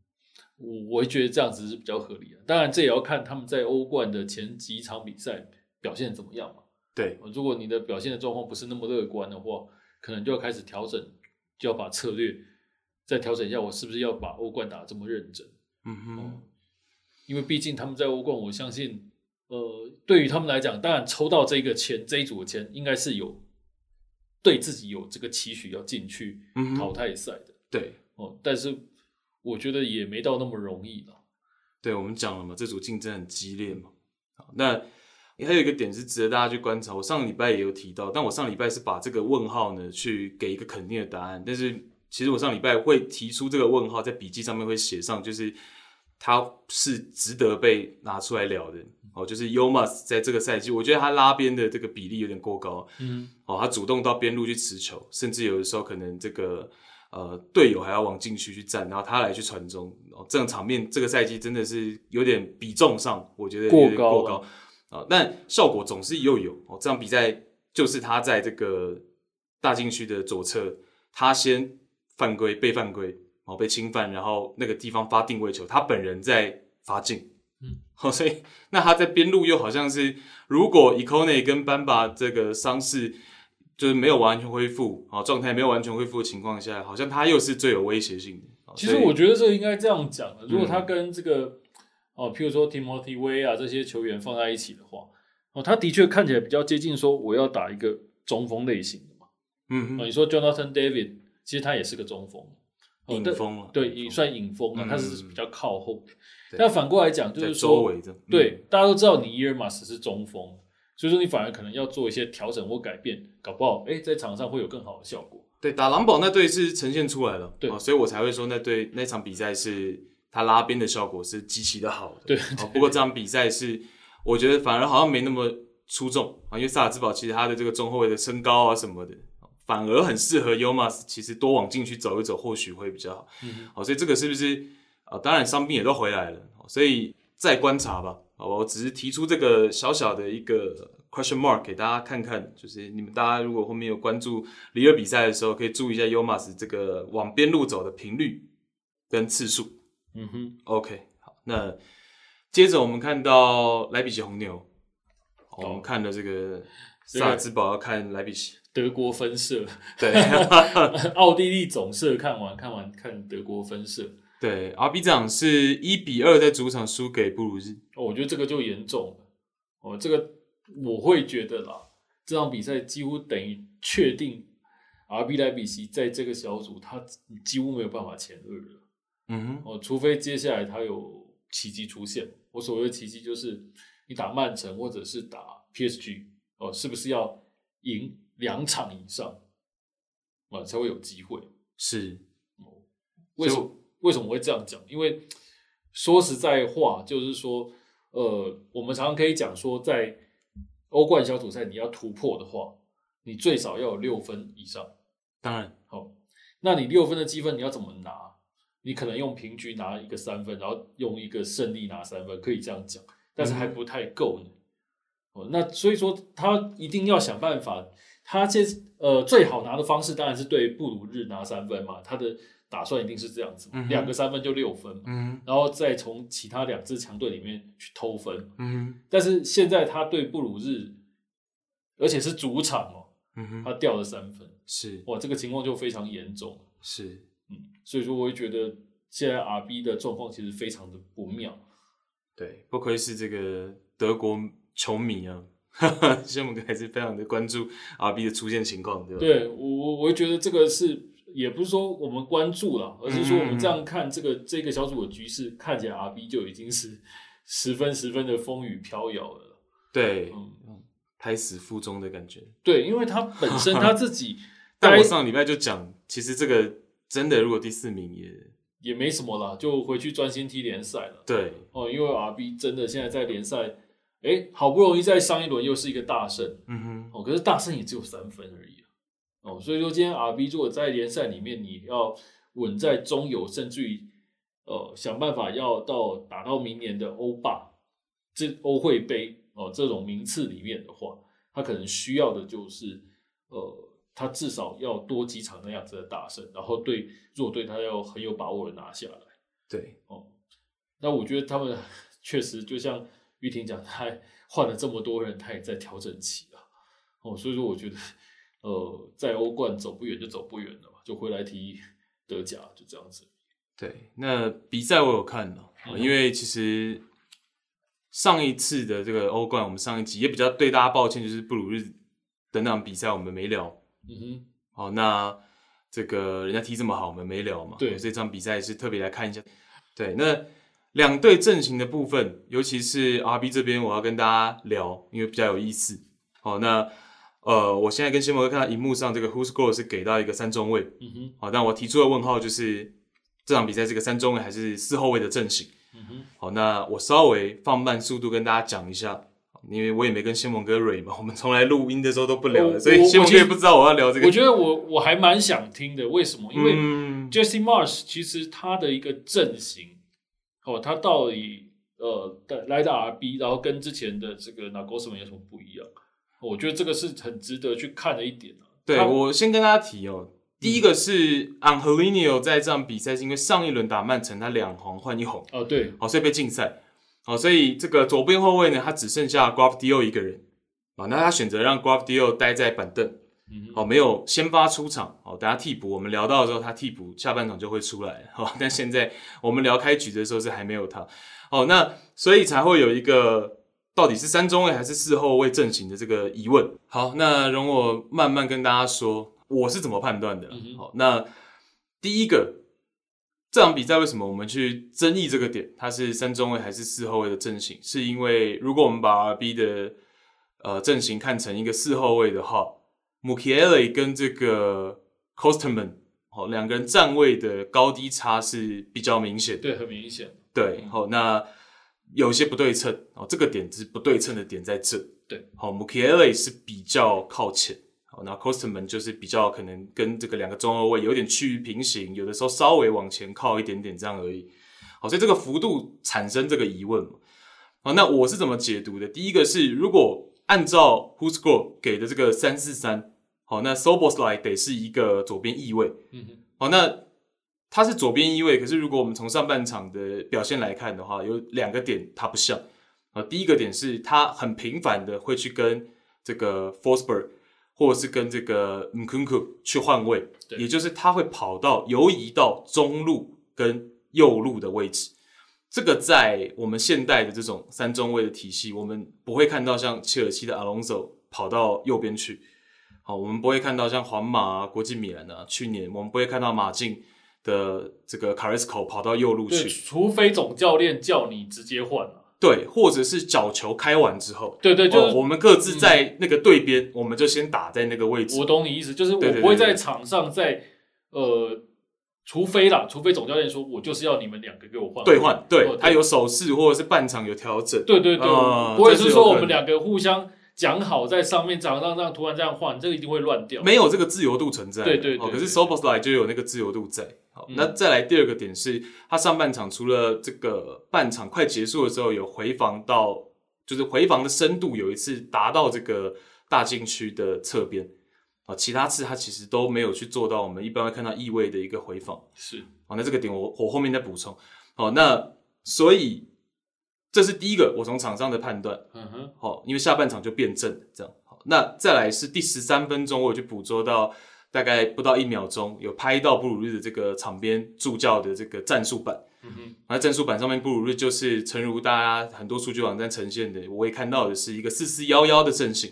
我我会觉得这样子是比较合理的，当然这也要看他们在欧冠的前几场比赛表现怎么样嘛。
对，
如果你的表现的状况不是那么乐观的话，可能就要开始调整，就要把策略再调整一下。我是不是要把欧冠打得这么认真？
嗯哼，
因为毕竟他们在欧冠，我相信，呃，对于他们来讲，当然抽到这个签这一组的签，应该是有对自己有这个期许要进去
嗯哼
淘汰赛的
对，
哦。但是我觉得也没到那么容易了。
对，我们讲了嘛，这组竞争很激烈嘛。好那还有一个点是值得大家去观察，我上个礼拜也有提到，但我上礼拜是把这个问号呢去给一个肯定的答案，但是其实我上礼拜会提出这个问号，在笔记上面会写上，就是他是值得被拿出来聊的。哦，就是 Umas 在这个赛季，我觉得他拉边的这个比例有点过高。
嗯，
哦，他主动到边路去持球，甚至有的时候可能这个呃队友还要往禁区去站，然后他来去传中。哦，这种场面这个赛季真的是有点比重上，我觉得有点
过高
过
了
高。啊、但效果总是又有哦。这场比赛就是他在这个大禁区的左侧，他先犯规被犯规，然后被侵犯，然后那个地方发定位球，他本人在罚进。
嗯，
好、所以那他在边路又好像是，如果 e c o n e 跟班巴这个伤势就是没有完全恢复，啊、状态没有完全恢复的情况下，好像他又是最有威胁性的。哦
其
所
实
以
我觉得这应该这样讲啊的，如
嗯
果他跟这个哦，譬如说 Timothy Way 啊这些球员放在一起的话，哦，他的确看起来比较接近说我要打一个中锋类型的嘛。
嗯
哦，
哼，
你说 Jonathan David，其实他也是个中锋，哦
影
但
风了，
对，
影
也
锋
算引锋啊，
嗯
他是比较靠后的。
对
但反过来讲，就
在
是
周
说，
围这样，嗯，
对，大家都知道你伊尔马斯是中锋，所以说你反而可能要做一些调整或改变，搞不好哎，在场上会有更好的效果。
对，打狼堡那队是呈现出来了，
对
哦所以我才会说那队那场比赛是他拉边的效果是极其的好的。
对
哦，不过这场比赛是我觉得反而好像没那么出众啊，因为萨尔兹堡其实他的这个中后卫的身高啊什么的，反而很适合 Umas，其实多往禁区走一走或许会比较好。
嗯
哦，所以这个是不是呃，当然伤病也都回来了，哦所以再观察吧。好吧，我只是提出这个小小的一个 question mark 给大家看看，就是你们大家如果后面有关注里尔比赛的时候，可以注意一下 Umas 这个往边路走的频率跟次数。
嗯哼。
OK，好，那接着我们看到莱比锡红牛，哦我们看了这个
这个
萨尔兹堡要看莱比锡，
德国 分社，
对
奥地利总社看完看完看德国分社，
对，RB 这场是一比二在主场输给布鲁日，
哦，我觉得这个就严重了。哦，这个我会觉得啦，这场比赛几乎等于确定 RB 莱比锡在这个小组他几乎没有办法前二了。
嗯哼。
哦，除非接下来他有奇迹出现。我所谓的奇迹就是你打曼城或者是打 PSG 哦，是不是要赢两场以上，哦才会有机会？
是，
为什么为什么会这样讲？因为说实在话，就是说，呃，我们常常可以讲说，在欧冠小组赛你要突破的话，你最少要有六分以上。
当然，
好，那你六分的积分你要怎么拿？你可能用平局拿一个三分，然后用一个胜利拿三分，可以这样讲，但是
嗯
还不太够呢。哦，那所以说他一定要想办法，他这呃最好拿的方式当然是对布鲁日拿三分嘛，他的打算一定是这样子嘛
嗯哼
两个三分就六分嘛，
嗯
然后再从其他两支强队里面去偷分。
嗯
但是现在他对布鲁日，而且是主场哦，
嗯
他，掉了三分，
是
哇，这个情况就非常严重了。
是，
嗯，所以说我会觉得现在 RB 的状况其实非常的不妙。
对，不愧是这个德国球迷啊，所以我们还是非常的关注 RB 的出现情况，对吧？，
对我我我会觉得这个是也不是说我们关注了，而是说我们这样看这个这个小组的局势，看起来 RB 就已经是十分十分的风雨飘摇了。
对，
嗯，
胎死腹中的感觉。
对，因为他本身他自己
但
该
我上礼拜就讲，其实这个真的，如果第四名也
也没什么啦，就回去专心踢联赛了。
对，
哦，因为 RB 真的现在在联赛，哎，好不容易在上一轮又是一个大胜，
嗯哼，
哦，可是大胜也只有三分而已啊、哦，所以说今天 RB 如果在联赛里面你要稳在中游，甚至于呃想办法要到打到明年的欧霸、这欧会杯哦这种名次里面的话，他可能需要的就是呃他至少要多几场那样子的大胜，然后对弱队他要很有把握的拿下来。
对，
那我觉得他们 确实就像玉婷讲，他换了这么多人，他也在调整期啊。哦，所以说我觉得，呃，在欧冠走不远就走不远了嘛，就回来踢德甲，就这样子。
对，那比赛我有看了，
嗯
因为其实上一次的这个欧冠，我们上一集也比较对大家抱歉，就是布鲁日的那场比赛我们没聊。
嗯哼，
哦，那这个人家踢这么好，我们没聊嘛，
对
所以这场比赛是特别来看一下。对，那两队阵型的部分，尤其是 RB 这边，我要跟大家聊，因为比较有意思。哦，那呃，我现在跟新哥看到荧幕上这个 Who's Goal 是给到一个三中卫，
嗯哼，
好，但我提出的问号就是这场比赛这个三中卫还是四后卫的阵型？
嗯哼，
好，那我稍微放慢速度跟大家讲一下，因为我也没跟先蒙哥蕊嘛，我们从来录音的时候都不聊
我
的，所以
哦我
先
我
蒙
其
哥也
实
不知道我要聊这个。
我觉得我我还蛮想听的，为什么？因为
嗯，
Jesse Mars 其实他的一个阵型，哦，他到底呃带来的 RB，然后跟之前的这个 Nagosman 有什么不一样？哦我觉得这个是很值得去看的一点啊。
对
他
我先跟大家提
嗯
哦，第一个是 Angelino 在这场比赛是因为上一轮打曼城他两红换一红，
哦，对，
好，所以被禁赛。好，所以这个左边后卫呢，他只剩下 g r a f d i o 一个人。啊，那他选择让 g r a f d i o 待在板凳，
嗯哼，
好，哦没有先发出场。好，等他替补，我们聊到的时候，他替补下半场就会出来。好，但现在我们聊开局的时候是还没有他。哦，那所以才会有一个到底是三中卫还是四后卫阵型的这个疑问。好，那容我慢慢跟大家说我是怎么判断的啦
嗯。哼
好，那第一个这场比赛为什么我们去争议这个点，它是三中卫还是四后卫的阵型？是因为如果我们把 RB 的呃阵型看成一个四后卫的话 m u k i e l e 跟这个 Costman 哦两个人站位的高低差是比较明显的。
对，很明显，
对，
嗯
好、那有些不对称哦，这个点是不对称的点在这。
对，
好、m u k i e l e 是比较靠前，好、那 Costman 就是比较可能跟这个两个中后卫有点趋于平行，有的时候稍微往前靠一点点这样而已。好、所以这个幅度产生这个疑问嘛。好、那我是怎么解读的？第一个是，如果按照 Who Score 给的这个三四三，好，那 Soboslai 得是一个左边翼位，
嗯哼，
好，那他是左边一位，可是如果我们从上半场的表现来看的话，有两个点他不像。啊，第一个点是他很频繁的会去跟这个 Forsberg 或者是跟这个 m k u n k u 去换位，
对
也就是他会跑到游移到中路跟右路的位置。这个在我们现代的这种三中卫的体系，我们不会看到像切尔西的 Alonso 跑到右边去，好，我们不会看到像皇马啊、国际米兰啊，去年我们不会看到马竞的这个 Carisco 跑到右路
对，
去，
除非总教练叫你直接换啊。
对，或者是角球开完之后，
对对，就是
哦、我们各自在那个队边，我们就先打在那个位置
我。懂你意思，就是我
对对对
不会在
对
场上在呃，除非啦，除非总教练说我就是要你们两个给我换
兑换，对
哦
他有手势或者是半场有调整，
对对对，
啊
不会
这是
是
有
说我
可
们
能
两个互相讲好在上面场上这样突然这样换，这个一定会乱掉。
没有这个自由度存在。
对对对
哦，可是
对嗯
s o b o s l a 就有那个自由度在。好，那再来第二个点是，他上半场除了这个半场快结束的时候有回防到，就是回防的深度有一次达到这个大禁区的侧边。啊，其他次他其实都没有去做到我们一般会看到异位的一个回防。
是，
好，那这个点我我后面再补充。好，那所以这是第一个我从场上的判断。
嗯哼，
好，因为下半场就变正了这样。好，那再来是第十三分钟，我有去捕捉到大概不到一秒钟，有拍到布鲁日的这个场边助教的这个战术板。
嗯哼，
那战术板上面布鲁日就是，诚如大家很多数据网站呈现的，我也看到的是一个四四幺幺的阵型。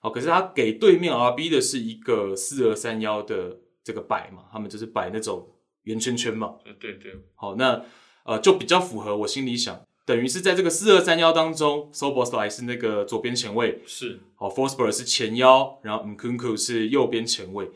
好，可是他给对面 RB 的是一个四二三幺的这个摆嘛，他们就是摆那种圆圈圈嘛。
呃对对，
好，那呃就比较符合我心里想，等于是在这个四二三幺当中 s o b o s l a 是那个左边前卫，
是，
好 f o r s b e r 是前腰，然后 m k u n k u 是右边前卫。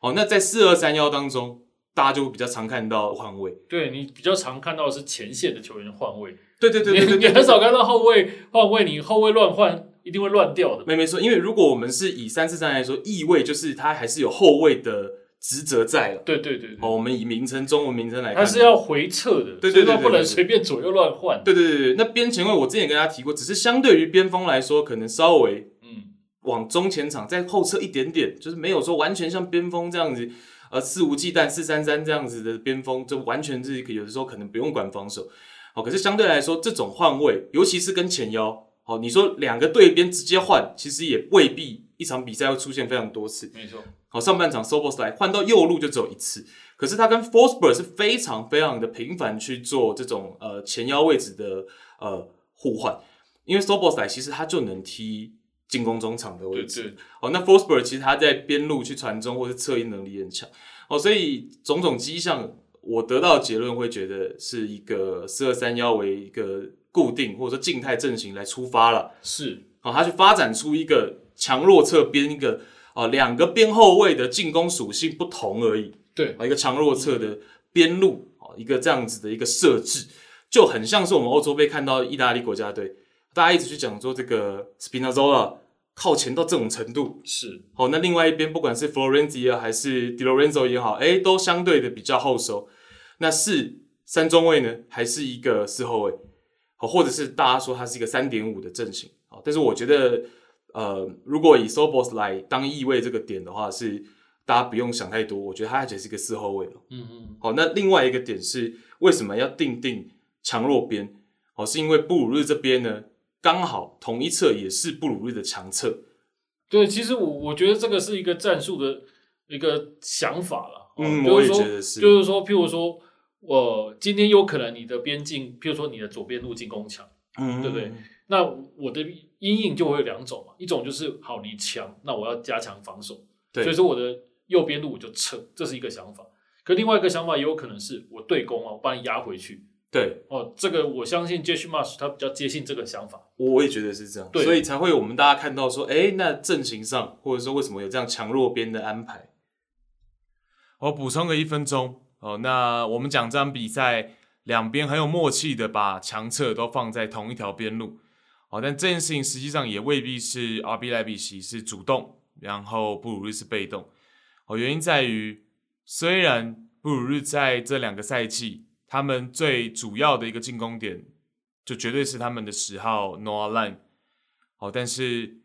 好，那在四二三幺当中，大家就比较常看到换位。
对你比较常看到的是前线的球员换位，
对对对对对
你
对，
很少看到后卫换位，你后卫乱换一定会乱掉的。
没没错，因为如果我们是以三四三来说，意味就是他还是有后卫的职责在了。
对对对对，
哦，我们以名称中文名称来看，
他是要回撤的，
对对对
所以他
对对
不能
对
随便左右乱换。
对对对对。那边前卫我之前也跟大家提过，只是相对于边锋来说，可能稍微
嗯，
往中前场再后撤一点点，就是没有说完全像边锋这样子，呃，肆无忌惮四三三这样子的边锋，就完全是有的时候可能不用管防守。好、可是相对来说，这种换位，尤其是跟前腰，好、你说两个队边直接换，其实也未必一场比赛会出现非常多次。
没错，
好、上半场 Sobos 来换到右路就只有一次，可是他跟 Forsberg 是非常非常的频繁去做这种呃前腰位置的呃互换，因为 Sobos 来其实他就能踢进攻中场的位
对
置。
对，
哦，那 Forsberg 其实他在边路去传中或是侧应能力很强。哦，所以种种迹象，我得到的结论会觉得是一个四二三幺为一个固定或者说静态阵型来出发了。
是，
哦，他去发展出一个强弱侧边一个哦两个边后卫的进攻属性不同而已。哦
对，
啊，一个强弱侧的边路啊，一个这样子的一个设置，就很像是我们欧洲杯看到意大利国家队，大家一直去讲说这个 Spinazzola 靠前到这种程度。
是
好，那另外一边不管是 Florenzi 啊还是 Di Lorenzo 也好，哎，都相对的比较后手。那是三中卫呢，还是一个四后卫？好，或者是大家说它是一个三点五的阵型啊？好但是我觉得，呃，如果以 Sobos 来当翼位这个点的话，是大家不用想太多，我觉得他只是一个四后卫了。
嗯嗯，
好，那另外一个点是为什么要定定强弱边？哦，是因为布鲁日这边呢，刚好同一侧也是布鲁日的强侧，
对，其实我我觉得这个是一个战术的一个想法了。哦
嗯
就是说
我也觉得是
就是说，譬如说，呃，今天有可能你的边境，譬如说你的左边路进攻强，
嗯
对不对？那我的阴影就会有两种嘛，一种就是好你强，那我要加强防守，
对
所以说我的右边路我就撤，这是一个想法。可另外一个想法也有可能是我对攻啊，我把你压回去。
对，
哦，这个我相信 Jesh Marsh 他比较接近这个想法。
我我也觉得是这样，
对
所以才会我们大家看到说，哎，那阵型上或者说为什么有这样强弱边的安排？我哦补充个一分钟哦，那我们讲这场比赛，两边很有默契的把强侧都放在同一条边路，哦，但这件事情实际上也未必是阿比莱比奇是主动，然后布鲁日是被动。哦，原因在于，虽然布鲁日在这两个赛季，他们最主要的一个进攻点，就绝对是他们的十号 Noah Lang。哦，但是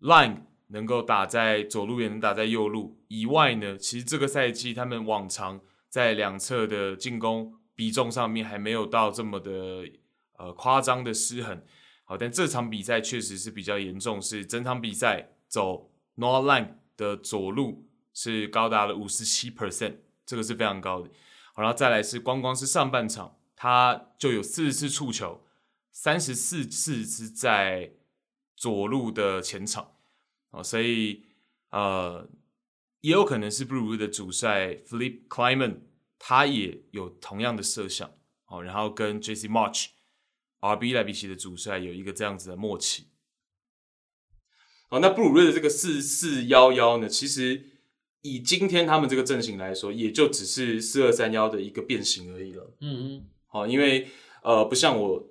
Lang 能够打在左路，也能打在右路以外呢，其实这个赛季他们往常在两侧的进攻比重上面还没有到这么的呃夸张的失衡。好，但这场比赛确实是比较严重，是整场比赛走 Noah Lang 的左路是高达了五十七 percent，这个是非常高的。好，然后再来是光光是上半场，他就有四十次触球，三十四次是在左路的前场，哦，所以呃，也有可能是布鲁日的主帅 Flip Clyman 他也有同样的设想哦，然后跟 J.C. March RB 莱比锡的主帅有一个这样子的默契。哦，那布鲁日的这个四四幺幺呢，其实以今天他们这个阵型来说，也就只是四二三幺的一个变形而已了。
嗯嗯，
好，因为呃，不像我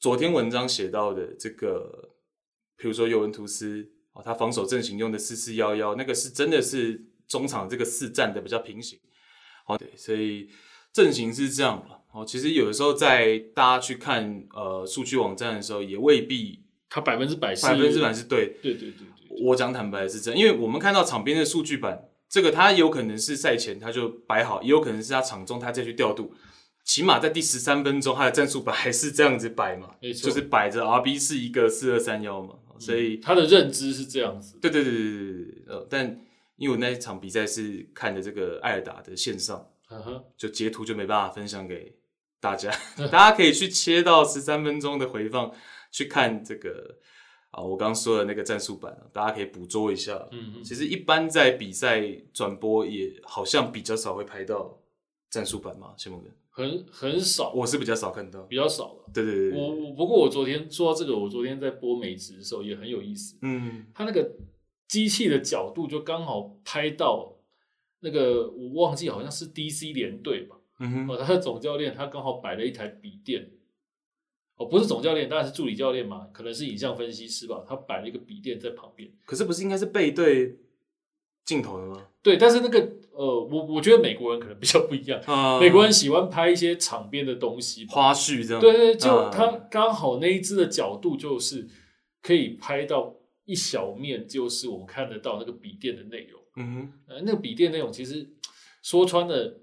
昨天文章写到的这个，比如说尤文图斯哦，他防守阵型用的四四幺幺，那个是真的是中场这个四站的比较平行。哦，对，所以阵型是这样了。哦，其实有的时候在大家去看呃数据网站的时候，也未必
他百分之百是
百分之百是对的。
对对对对，
我讲坦白是这样，因为我们看到场边的数据板，这个它有可能是赛前他就摆好，也有可能是他场中他再去调度。起码在第十三分钟，他的战术板还是这样子摆嘛，
没错嗯
就是摆着 RB 是一个四二三幺嘛，所以、
他的认知是这样子。
对对对对对对对，呃，但因为我那一场比赛是看的这个艾尔达的线上，
嗯哼，
就截图就没办法分享给大 家，大家可以去切到十三分钟的回放去看这个啊，我刚说的那个战术板，啊大家可以捕捉一下。
嗯嗯，
其实一般在比赛转播也好像比较少会拍到战术版嘛，谢梦哥，
很很少，
我是比较少看到。
比较少了。
对对对
我
对，
我不过我昨天说到这个，我昨天在播美职的时候也很有意思，
嗯，
它那个机器的角度就刚好拍到那个我忘记好像是 DC 联队吧，
嗯哼，
哦，他的总教练他刚好摆了一台笔电，哦，不是总教练，当然是助理教练嘛，可能是影像分析师吧，他摆了一个笔电在旁边。
可是不是应该是背对镜头的吗？
对，但是那个呃，我我觉得美国人可能比较不一样，
啊
美国人喜欢拍一些场边的东西吧，
花絮这样，
对对，就
嗯
它刚好那一只的角度就是可以拍到一小面，就是我们看得到那个笔电的内容。
嗯哼，
呃，那个笔电内容其实说穿了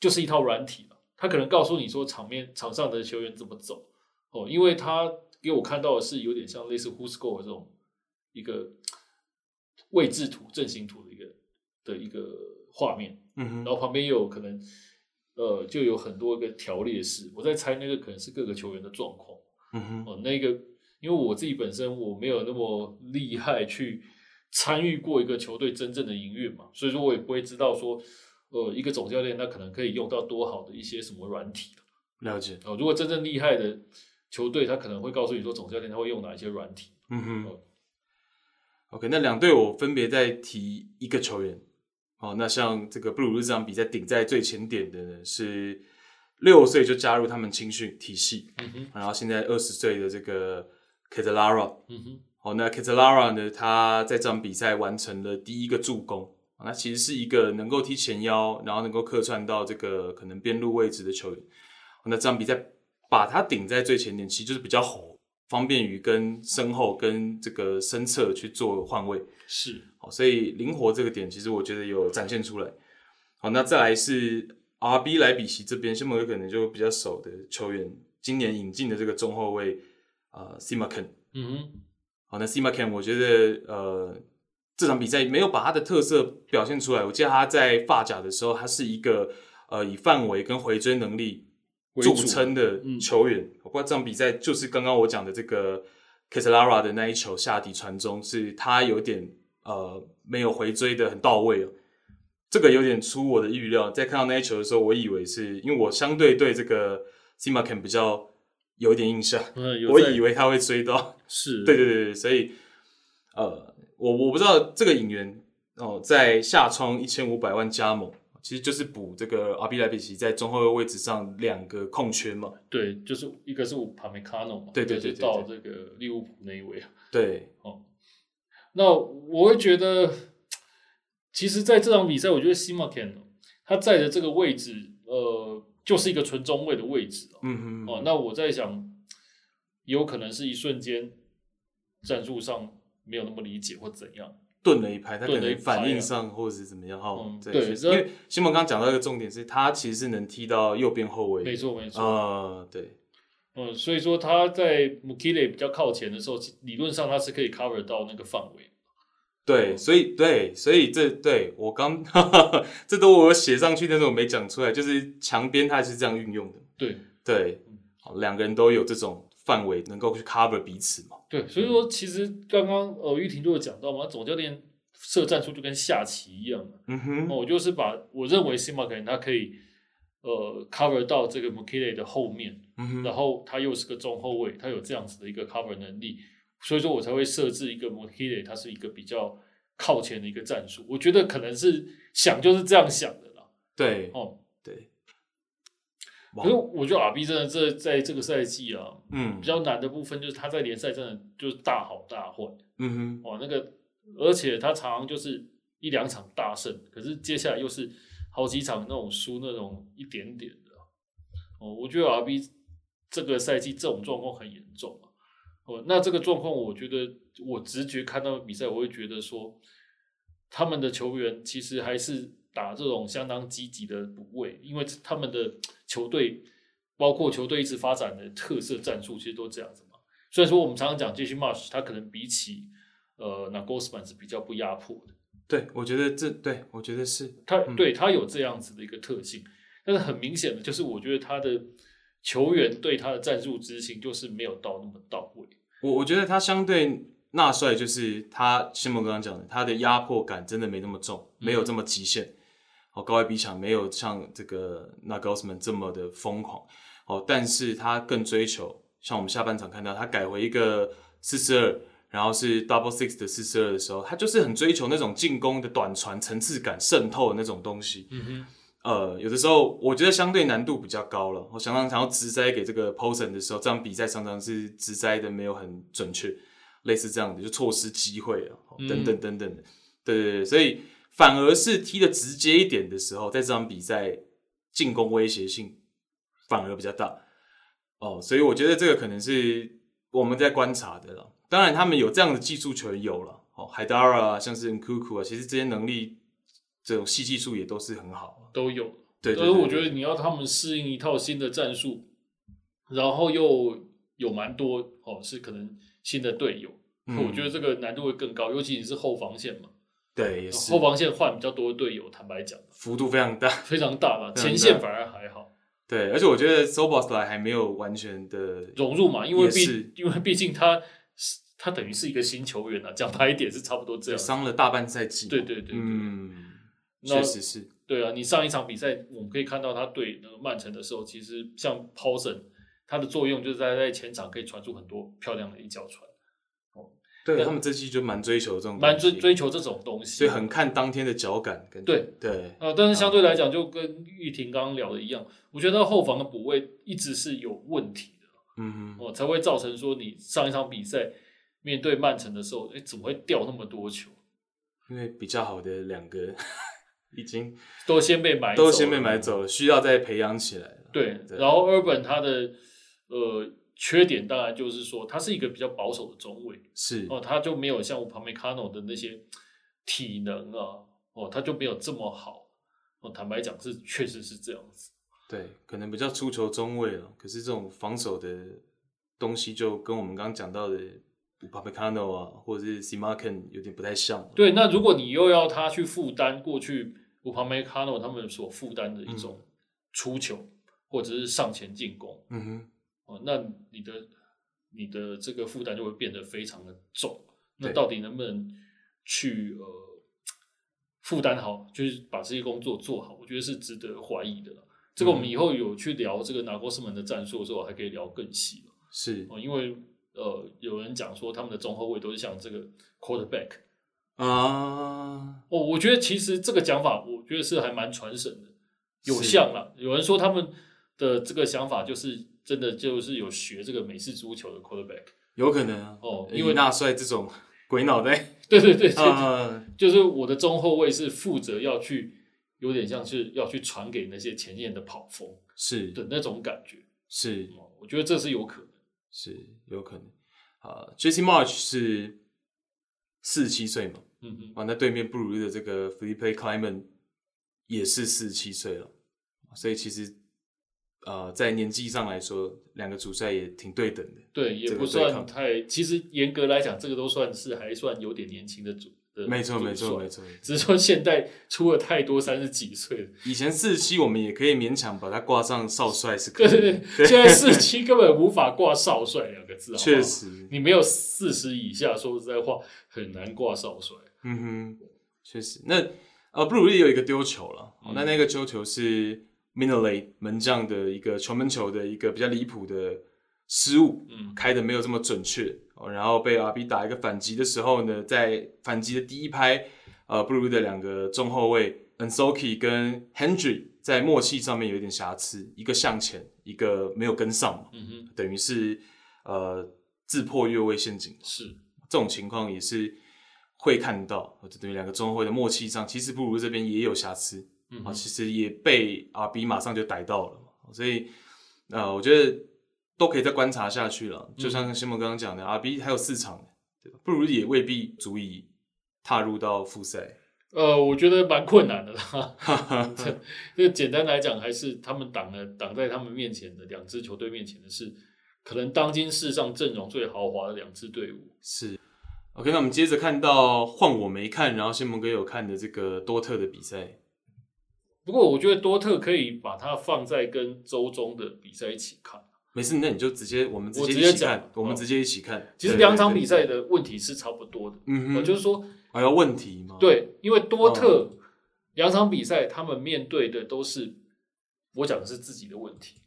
就是一套软体了，它可能告诉你说场面场上的球员怎么走哦，因为它给我看到的是有点像类似 Who Score 这种一个位置图、阵型图的一个的一个画面。
嗯
然
哼，
后旁边又有可能，呃，就有很多个条列式。我在猜那个可能是各个球员的状况
嗯哼，
哦。那个，因为我自己本身我没有那么厉害去参与过一个球队真正的营运嘛，所以说我也不会知道说，呃，一个总教练他可能可以用到多好的一些什么软体
了解，
哦。如果真正厉害的球队，他可能会告诉你说总教练他会用哪一些软体。
嗯哼
哦
，OK，那两队我分别再提一个球员，哦，那像这个布鲁日这场比赛顶在最前点的呢是六岁就加入他们青训体系，
嗯哼，
然后现在二十岁的这个 k a t a l a r a
嗯哼，
哦，那 k a t a l a r a 呢，他在这场比赛完成了第一个助攻，啊那其实是一个能够踢前腰，然后能够客串到这个可能边路位置的球员。哦那这场比赛把他顶在最前点，其实就是比较吼，方便于跟身后跟这个身侧去做换位。
是，
好，所以灵活这个点，其实我觉得有展现出来。好，那再来是 RB 莱比锡这边，先某有可能就比较熟的球员，今年引进的这个中后卫呃 s i m a k e n
嗯哼，
好，那 s i m a k e n 我觉得呃这场比赛没有把他的特色表现出来。我记得他在发甲的时候，他是一个呃以范围跟回追能力
为
著
主
称的
嗯
球员。不过这场比赛就是刚刚我讲的这个 k e s l a r a 的那一球下底传中，是他有点呃没有回追的很到位哦。这个有点出我的预料，在看到那一球的时候，我以为是因为我相对对这个 s i m a k e n 比较有一点印象，
嗯，有
我
在
以为他会追到，
是，
对对对对，所以呃，我我不知道这个引援哦，在下窗一千五百万加盟，其实就是补这个阿比莱比奇在中后卫位置上两个空缺嘛。
对，就是一个是帕梅卡诺嘛，
对对
一个是
对对
到这个利物浦那一位啊。
对，
那我会觉得，其实在这场比赛，我觉得西马 can 他在的这个位置，呃，就是一个纯中卫的位置哦。
嗯
哦
哼，，
那我在想，也有可能是一瞬间战术上没有那么理解或怎样。
顿了一拍，他可
顿了一
能
拍啊
反应上或者是怎么样哦
嗯。对
因为西蒙刚刚讲到一个重点是，他其实是能踢到右边后卫。
没错，没错。
啊，对，
嗯，所以说他在 Mukile 比较靠前的时候，其理论上他是可以 cover 到那个范围。嗯
对，所以对，所以这对我刚 这都我有写上去，但是我没讲出来，就是墙边他是这样运用的。
对
对
嗯，
好两个人都有这种范围能够去 cover 彼此嘛。
对，所以说其实刚刚呃玉婷就有讲到嘛，总教练设战术就跟下棋一样嘛。
嗯
哦，
哼，
我就是把我认为 Sima 可能他可以呃 cover 到这个 Mukile 的后面，
嗯
然
哼，
后他又是个中后卫，他有这样子的一个 cover 能力，所以说我才会设置一个 Mukile，他是一个比较靠前的一个战术。我觉得可能是想就是这样想的啦。
对
哦，
对。
可是我觉得 RB 真的这在这个赛季啊，
嗯
比较难的部分就是他在联赛真的就是大好大坏
嗯哼，
哦，那个而且他常常就是一两场大胜，可是接下来又是好几场那种输那种一点点的哦，我觉得 RB 这个赛季这种状况很严重啊。哦，那这个状况，我觉得我直觉看到比赛，我会觉得说，他们的球员其实还是打这种相当积极的补位，因为他们的球队，包括球队一直发展的特色战术，其实都这样子嘛。虽然说我们常常讲 j 些 Marsh，他可能比起呃 n a g o s m a n 是比较不压迫的，
对，我觉得这对我觉得是
他
嗯
对他有这样子的一个特性，但是很明显的就是，我觉得他的球员对他的战术执行就是没有到那么到位。
我我觉得他相对纳帅就是他西蒙刚刚讲的，他的压迫感真的没那么重，没有这么极限。哦，高位比抢没有像这个 Nagelsmann 这么的疯狂。哦，但是他更追求，像我们下半场看到他改回一个四四二，然后是 double six 的四四二的时候，他就是很追求那种进攻的短传、层次感、渗透的那种东西。
嗯哼。
呃，有的时候我觉得相对难度比较高了。我常常想要直塞给这个 Posen 的时候，这样比赛常常是直塞的没有很准确，类似这样的就错失机会啊，
嗯
等等等等的。对对对，所以反而是踢的直接一点的时候，在这场比赛进攻威胁性反而比较大。哦，所以我觉得这个可能是我们在观察的了。当然，他们有这样的技术球员有了，哦，海达尔啊，像是 Nkuku 啊，其实这些能力这种细技术也都是很好。
都有。
对
但
对
是
对
我觉得你要他们适应一套新的战术，然后又有蛮多哦，是可能新的队友，
嗯
我觉得这个难度会更高，尤其你是后防线嘛，
对，也是
后防线换比较多的队友，坦白讲
幅度非常大。
非常大嘛，
非常大
前线反而还好
对，而且我觉得 Sobos 来还没有完全的，
融入嘛，因为
也是
毕因为毕竟他是他等于是一个新球员啊，讲白一点是差不多这样。
伤了大半赛季。
对对对对
嗯，
那
确实是。
对啊，你上一场比赛我们可以看到他对那个曼城的时候，其实像 p o s o n 他的作用就是在在前场可以传出很多漂亮的一脚传。哦，
对他们这期就蛮追求这种东西，
蛮追追求这种东西。
所以很看当天的脚感跟
对
对
呃，但是相对来讲，就跟玉婷刚刚聊的一样，我觉得他后防的补位一直是有问题的
嗯哼
哦，才会造成说你上一场比赛面对曼城的时候，哎，怎么会掉那么多球？
因为比较好的两个 已经
都先被买走了，嗯
都先被买走了，需要再培养起来了。
对，
对
然后 Urban 他的呃缺点当然就是说，他是一个比较保守的中卫
是，
哦，他就没有像我旁边 Cano 的那些体能啊，哦，他就没有这么好。哦，坦白讲是确实是这样子。
对，可能比较出球中卫了，可是这种防守的东西就跟我们刚刚讲到的 p a p i c a n o 啊，或者是 Simakan 有点不太像。，
对，那如果你又要他去负担过去我旁边 Cano 他们所负担的
嗯
一种出球、或者是上前进攻
嗯哼，
哦，那你的你的这个负担就会变得非常的重。那
对
到底能不能去呃负担好，就是把这些工作做好？我觉得是值得怀疑的啦。这个我们
嗯
以后有去聊这个拿郭斯门的战术的时候，还可以聊更细
是
哦，因为呃有人讲说他们的中后卫都是像这个 quarterback。
啊，
哦，我觉得其实这个讲法，我觉得是还蛮传神的，有
是
像啦。有人说他们的这个想法就是真的就是有学这个美式足球的 quarterback。
有可能啊，
哦
呃
因为
纳帅这种 鬼脑袋
对对对，对
啊，
就是我的中后卫是负责要去，有点像是要去传给那些前线的跑锋
是
的那种感觉。
是
哦我觉得这是有可能。
是有可能。啊 j e s s e March 是四十七岁嘛，
嗯哼，
啊，那对面布鲁日的这个 Felipe Clement 也是四十七岁了，啊所以其实呃，在年纪上来说，两个主帅也挺对等的。
对，也
这个
不
对
算
抗
太，其实严格来讲，这个都算是还算有点年轻的主。的
没错，
主
没错，
帅
没错。
只是说现代出了太多三十几岁的
以前四十七，我们也可以勉强把他挂上少帅是可
对
以的
对，对，现在四期根本无法挂少帅两个字，好不好
确，实，
你没有四十以下，说实在话很难挂少帅。
嗯哼，确实。那呃，布鲁利有一个丢球了，哦
嗯
那那个丢球是 Minolay 门将的一个球门球的一个比较离谱的失误，
嗯
开的没有这么准确，哦然后被 RB 打一个反击的时候呢，在反击的第一拍，呃，布鲁利的两个中后卫 a n s o k i 跟 Hendry 在默契上面有一点瑕疵，一个向前，一个没有跟上嘛，
嗯哼，
等于是呃自破越位陷阱。
是
这种情况也是会看到，就等于两个中后卫的默契上，其实布鲁这边也有瑕疵
嗯
啊，
哼
其实也被 RB 马上就逮到了，所以呃，我觉得都可以再观察下去了。
嗯
就像新蒙刚刚讲的，RB 还有四场，对吧？布鲁也未必足以踏入到复赛，
呃，我觉得蛮困难的啦。 这简单来讲，还是他们挡了挡在他们面前的两支球队面前的是，可能当今世上阵容最豪华的两支队伍。
是。OK，那我们接着看到换我没看，然后新蒙哥有看的这个多特的比赛，
不过我觉得多特可以把它放在跟周中的比赛一起看。
没事，那你就直接我们直
我
接
直接
一起
讲
看，我们
哦
直接一起看。
其实
对
两场比，
对
赛的问题是差不多的，
对嗯
我
哼，
就是说
还有问题吗？，
对，因为多特两场比赛，他们面对的都是我讲的是自己的问题，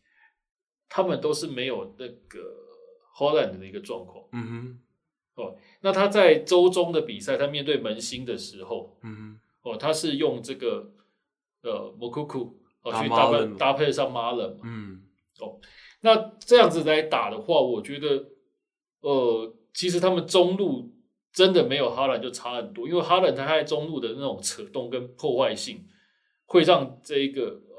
他们都是没有那个 Holland 的一个状况。
嗯哼，
那他在周中的比赛，他面对门兴的时候，
嗯
哦，他是用这个呃 Mokuku 哦
打 Marlon
去搭配
嘛
搭配上 Marlon 嘛
哼，嗯，
那这样子来打的话，我觉得，呃，其实他们中路真的没有哈兰就差很多，因为哈兰他在中路的那种扯动跟破坏性，会让这一个呃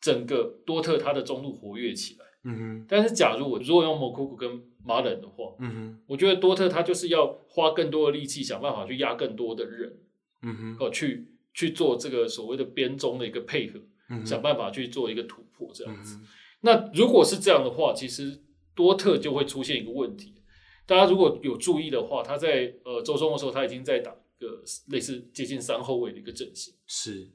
整个多特他的中路活跃起来。
嗯哼，
但是假如我如果用摩库库跟马冷的话，
嗯哼，
我觉得多特他就是要花更多的力气，想办法去压更多的人，
嗯哼，
哦，去去做这个所谓的边中的一个配合，
嗯
想
哼，
办法去做一个突破这样
嗯
子。
哼，
那如果是这样的话，其实多特就会出现一个问题。大家如果有注意的话，他在呃周中的时候，他已经在打一个类似接近三后卫的一个阵型。
是，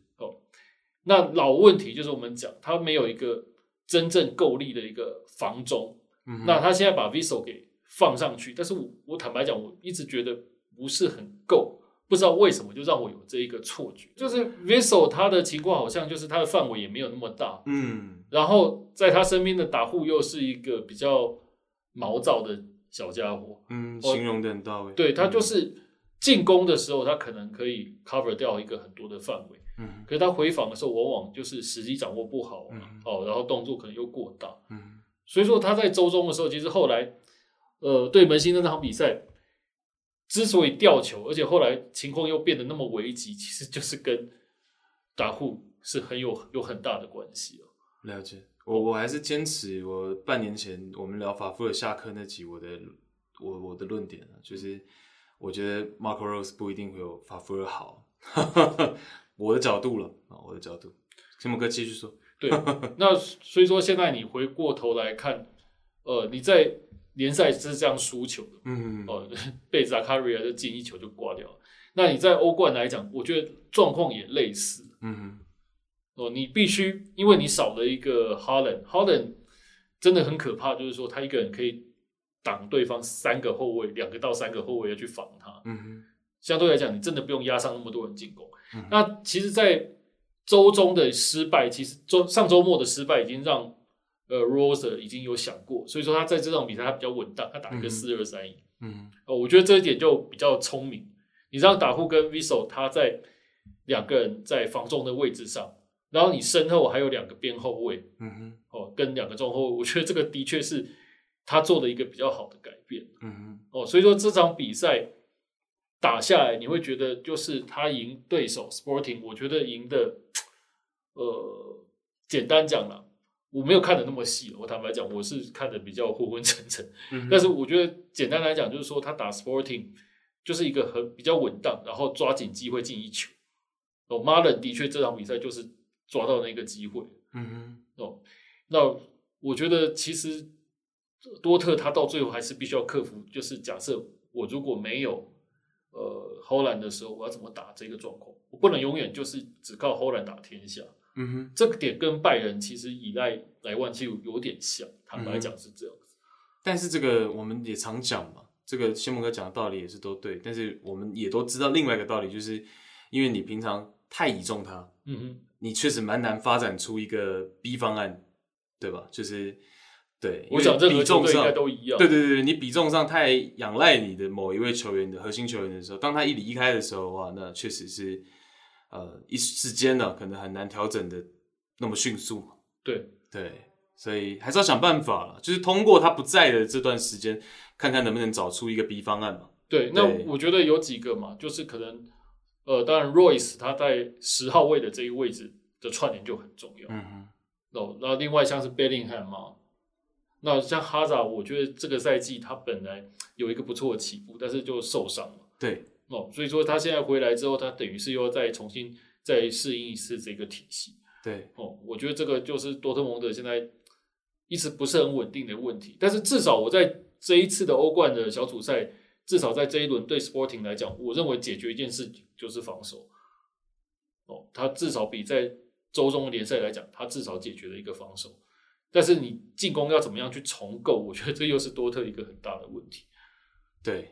那老问题就是我们讲，他没有一个真正够力的一个防中。
嗯哼，
那他现在把 Viso 给放上去，但是我我坦白讲，我一直觉得不是很够，不知道为什么就让我有这一个错觉，就是 Viso 他的情况好像就是他的范围也没有那么大，
嗯，
然后在他身边的打护又是一个比较毛躁的小家伙，
嗯，形容的很到位。
对他就
嗯，
是进攻的时候，他可能可以 cover 掉一个很多的范围，
嗯
可是他回防的时候，往往就是时机掌握不好啊，
嗯
哦，然后动作可能又过大，
嗯
所以说他在周中的时候，其实后来，呃，对门兴那场比赛之所以掉球，而且后来情况又变得那么危急，其实就是跟打户是很有有很大的关系哦。
了解。我我还是坚持我半年前我们聊法夫尔下课那集我的我我的论点啊，就是我觉得 Marco Rose 不一定会有法夫尔好，我的角度了啊，我的角度。提姆哥继续说，
对，那所以说现在你回过头来看，呃，你在联赛是这样输球的，
嗯，
哦、被扎卡瑞亚就进一球就挂掉了。那你在欧冠来讲，我觉得状况也类似，
嗯
哦，你必须，因为你少了一个 Holland，Holland 真的很可怕，就是说他一个人可以挡对方三个后卫，两个到三个后卫要去防他。
嗯
相对来讲，你真的不用压上那么多人进攻。
嗯
那其实，在周中的失败，其实周上周末的失败已经让呃 Rose 已经有想过，所以说他在这场比赛他比较稳当，他打一
嗯
个四二三一。
嗯
呃，我觉得这一点就比较聪明。你让打呼跟 Viso 他在两个人在防中的位置上，然后你身后还有两个边后卫
嗯
哦，跟两个中后卫，我觉得这个的确是他做的一个比较好的改变
嗯
哦。所以说这场比赛打下来，你会觉得就是他赢对手 Sporting，我觉得赢的，呃，简单讲了，我没有看的那么细，我坦白讲，我是看的比较昏昏沉沉。
嗯，
但是我觉得简单来讲，就是说他打 Sporting 就是一个很比较稳当，然后抓紧机会进一球。哦 m a r e n 的确这场比赛就是抓到那个机会
嗯
哦。那我觉得其实多特他到最后还是必须要克服，就是假设我如果没有呃 h o l a n 的时候，我要怎么打这个状况？我不能永远就是只靠 h o l a n 打天下。
嗯哼，
这个点跟拜仁其实依赖莱万就有点像，坦
嗯
白讲是这样。
但是这个我们也常讲嘛，这个谢蒙哥讲的道理也是都对，但是我们也都知道另外一个道理，就是因为你平常太倚重他，
嗯哼。
你确实蛮难发展出一个 B 方案，对吧？就是对，
我想任
因为
何
比
球
重
队应该
上，
都一样。
对对对，对你比重上太仰赖你的某一位球员的核心球员的时候，当他一离开的时候的话，那确实是呃一时间呢、可能很难调整的那么迅速嘛。
对
对，所以还是要想办法了，就是通过他不在的这段时间，看看能不能找出一个 B 方案嘛。
对，那
对
我觉得有几个嘛，就是可能呃，当然 Royce 他在十号位的这一位置的串联就很重要。
嗯哼，
哦，那另外像是 Bellingham 嘛，那像哈扎，我觉得这个赛季他本来有一个不错的起步，但是就受伤了。
对，
哦，所以说他现在回来之后，他等于是又要再重新再适应一次这个体系。
对，
哦，我觉得这个就是多特蒙德现在一直不是很稳定的问题。但是至少我在这一次的欧冠的小组赛，至少在这一轮对 Sporting 来讲，我认为解决一件事就是防守。哦，他至少比在周中的联赛来讲，他至少解决了一个防守。但是你进攻要怎么样去重构，我觉得这又是多特一个很大的问题。
对，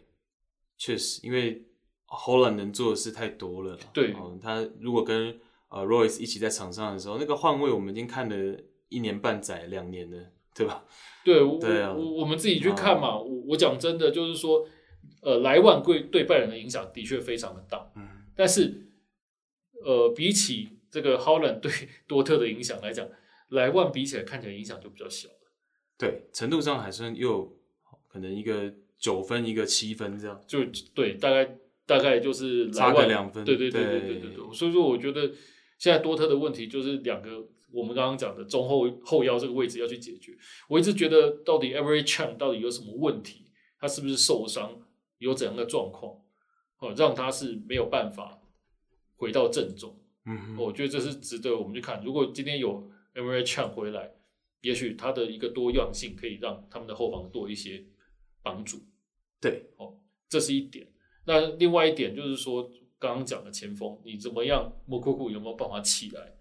确实，因为 Holland 能做的事太多了啦。
对
哦，他如果跟呃 Royce 一起在场上的时候，那个换位我们已经看了一年半载、两年了，对吧？
对，我
对啊
我我我们自己去看嘛。我我讲真的，就是说，呃，莱万对对拜仁的影响的确非常的大。
嗯
但是，呃，比起这个 Holland 对 多特的影响来讲，莱万比起来看起来影响就比较小了。
对，程度上还算又可能一个九分，一个七分这样。
就对，大概大概就是莱
差个
万
两分
对对对对
对
对对对。所以说，我觉得现在多特的问题就是两个我们刚刚讲的中后后腰这个位置要去解决。我一直觉得到底 Every Chan 到底有什么问题？他是不是受伤？有怎样的状况？哦，让他是没有办法回到正中。
嗯哼，
我觉得这是值得我们去看。如果今天有 e m e r y Chan 回来，也许他的一个多样性可以让他们的后防多一些帮助，
对，
这是一点。那另外一点就是说，刚刚讲的前锋，你怎么样，莫库库有没有办法起来，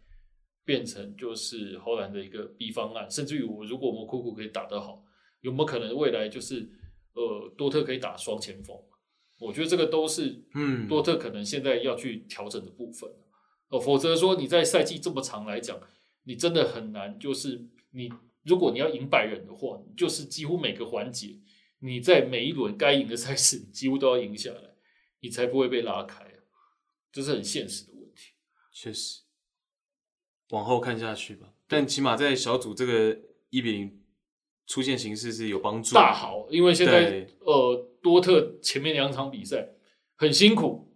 变成就是荷兰的一个 B 方案？甚至于我如果莫库库可以打得好，有没有可能未来就是呃多特可以打双前锋？我觉得这个都是
嗯，
多特可能现在要去调整的部分。哦，否则说你在赛季这么长来讲，你真的很难，就是你如果你要赢百人的话，你就是几乎每个环节你在每一轮该赢的赛事， 你几乎都要赢下来，你才不会被拉开啊，这是很现实的问题。
确实，往后看下去吧。但起码在小组这个一比零出现形势是有帮助。
大好，因为现在
对
呃多特前面两场比赛很辛苦，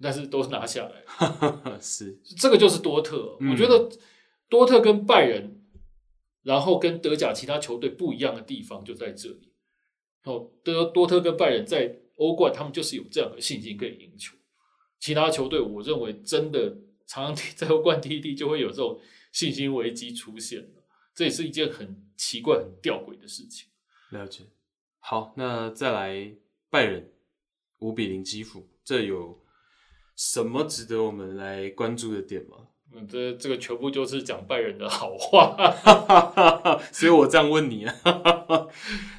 但是都是拿下来了，
是，
这个就是多特。
嗯
我觉得多特跟拜仁，然后跟德甲其他球队不一样的地方就在这里。哦，德多特跟拜仁在欧冠，他们就是有这样的信心可以赢球。其他球队，我认为真的常常在欧冠第一地就会有这种信心危机出现了，这也是一件很奇怪、很吊诡的事情。
了解。好，那再来拜仁五比零基辅，这有什么值得我们来关注的点吗？
嗯，这这个全部就是讲拜仁的好话。
所以我这样问你啊，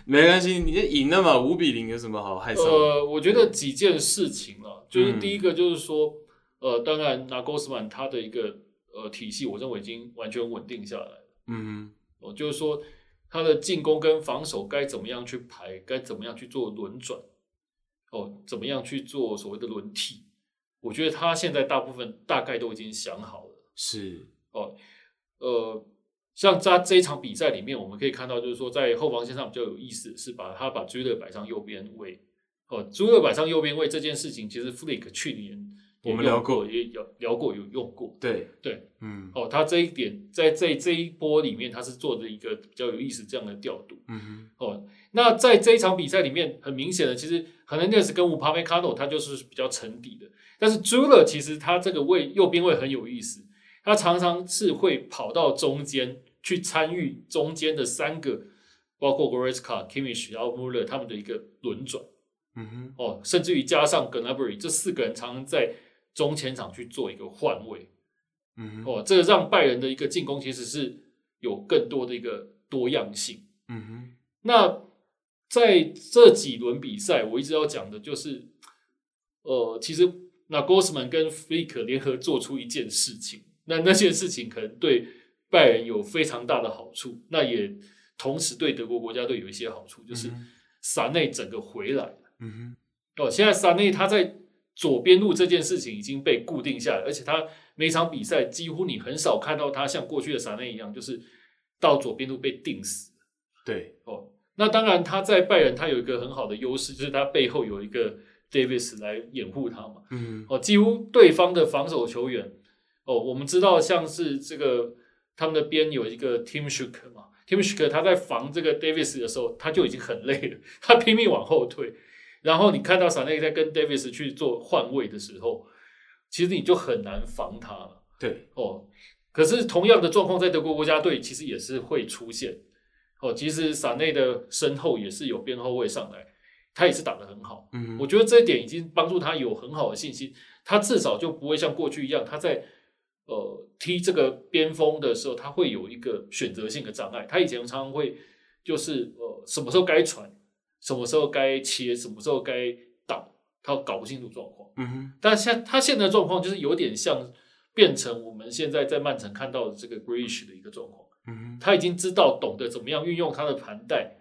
没关系，你就赢了嘛，五比零有什么好害臊的？
呃，我觉得几件事情啊，就是第一个就是说，呃，当然拿戈斯曼他的一个呃体系，我认为已经完全稳定下来了。
嗯
哦，就是说他的进攻跟防守该怎么样去排，该怎么样去做轮转，哦，怎么样去做所谓的轮替，我觉得他现在大部分大概都已经想好了。
哼，是，
呃，像在这一场比赛里面，我们可以看到，就是说在后防线上比较有意思的是把他把朱勒摆上右边位。哦，朱勒摆上右边位这件事情，其实 Flick 去年也
我们
用
聊过
也有聊过，有用过。
对
对，
嗯
哦，他这一点在这这一波里面，他是做的一个比较有意思这样的调度。
嗯哼，
哦，那在这一场比赛里面，很明显的，其实 Hernandez 跟 u p a m e c a n o 他就是比较沉底的，但是 j u l e 其实他这个位右边位很有意思，他常常是会跑到中间去参与中间的三个，包括 Goretzka、Kimmich、然后 Muller 他们的一个轮转
嗯哼，
哦，甚至于加上 Gnabry 这四个人常常在中前场去做一个换位
嗯哼，
哦，这个让拜仁的一个进攻其实是有更多的一个多样性。
嗯哼，
那在这几轮比赛，我一直要讲的就是，呃，其实那 Gosman 跟 Flick 联合做出一件事情，那那件事情可能对拜仁有非常大的好处，那也同时对德国国家队有一些好处，就是
嗯
萨内整个回来了。
嗯哼，
哦，现在萨内他在左边路这件事情已经被固定下来，而且他每场比赛几乎你很少看到他像过去的萨内一样，就是到左边路被定死。
对，
哦，那当然他在拜仁他有一个很好的优势，就是他背后有一个 Davis 来掩护他嘛。
嗯哼，
哦，几乎对方的防守球员，哦，我们知道像是这个他们的边有一个 Tim Schuck 嘛，Tim Schuck 他在防这个 Davis 的时候，他就已经很累了，他拼命往后退。然后你看到萨内在跟 Davis 去做换位的时候，其实你就很难防他了。
对，
哦，可是同样的状况在德国国家队其实也是会出现。哦，其实萨内的身后也是有边后卫上来，他也是打得很好。
嗯哼，
我觉得这一点已经帮助他有很好的信心，他至少就不会像过去一样，他在呃踢这个边锋的时候，他会有一个选择性的障碍。他以前常常会就是呃什么时候该传，什么时候该切，什么时候该挡，他搞不清楚状况。
嗯哼，
但现他现在的状况就是有点像变成我们现在在曼城看到的这个 Grish 的一个状况，
嗯哼，
他已经知道懂得怎么样运用他的盘带，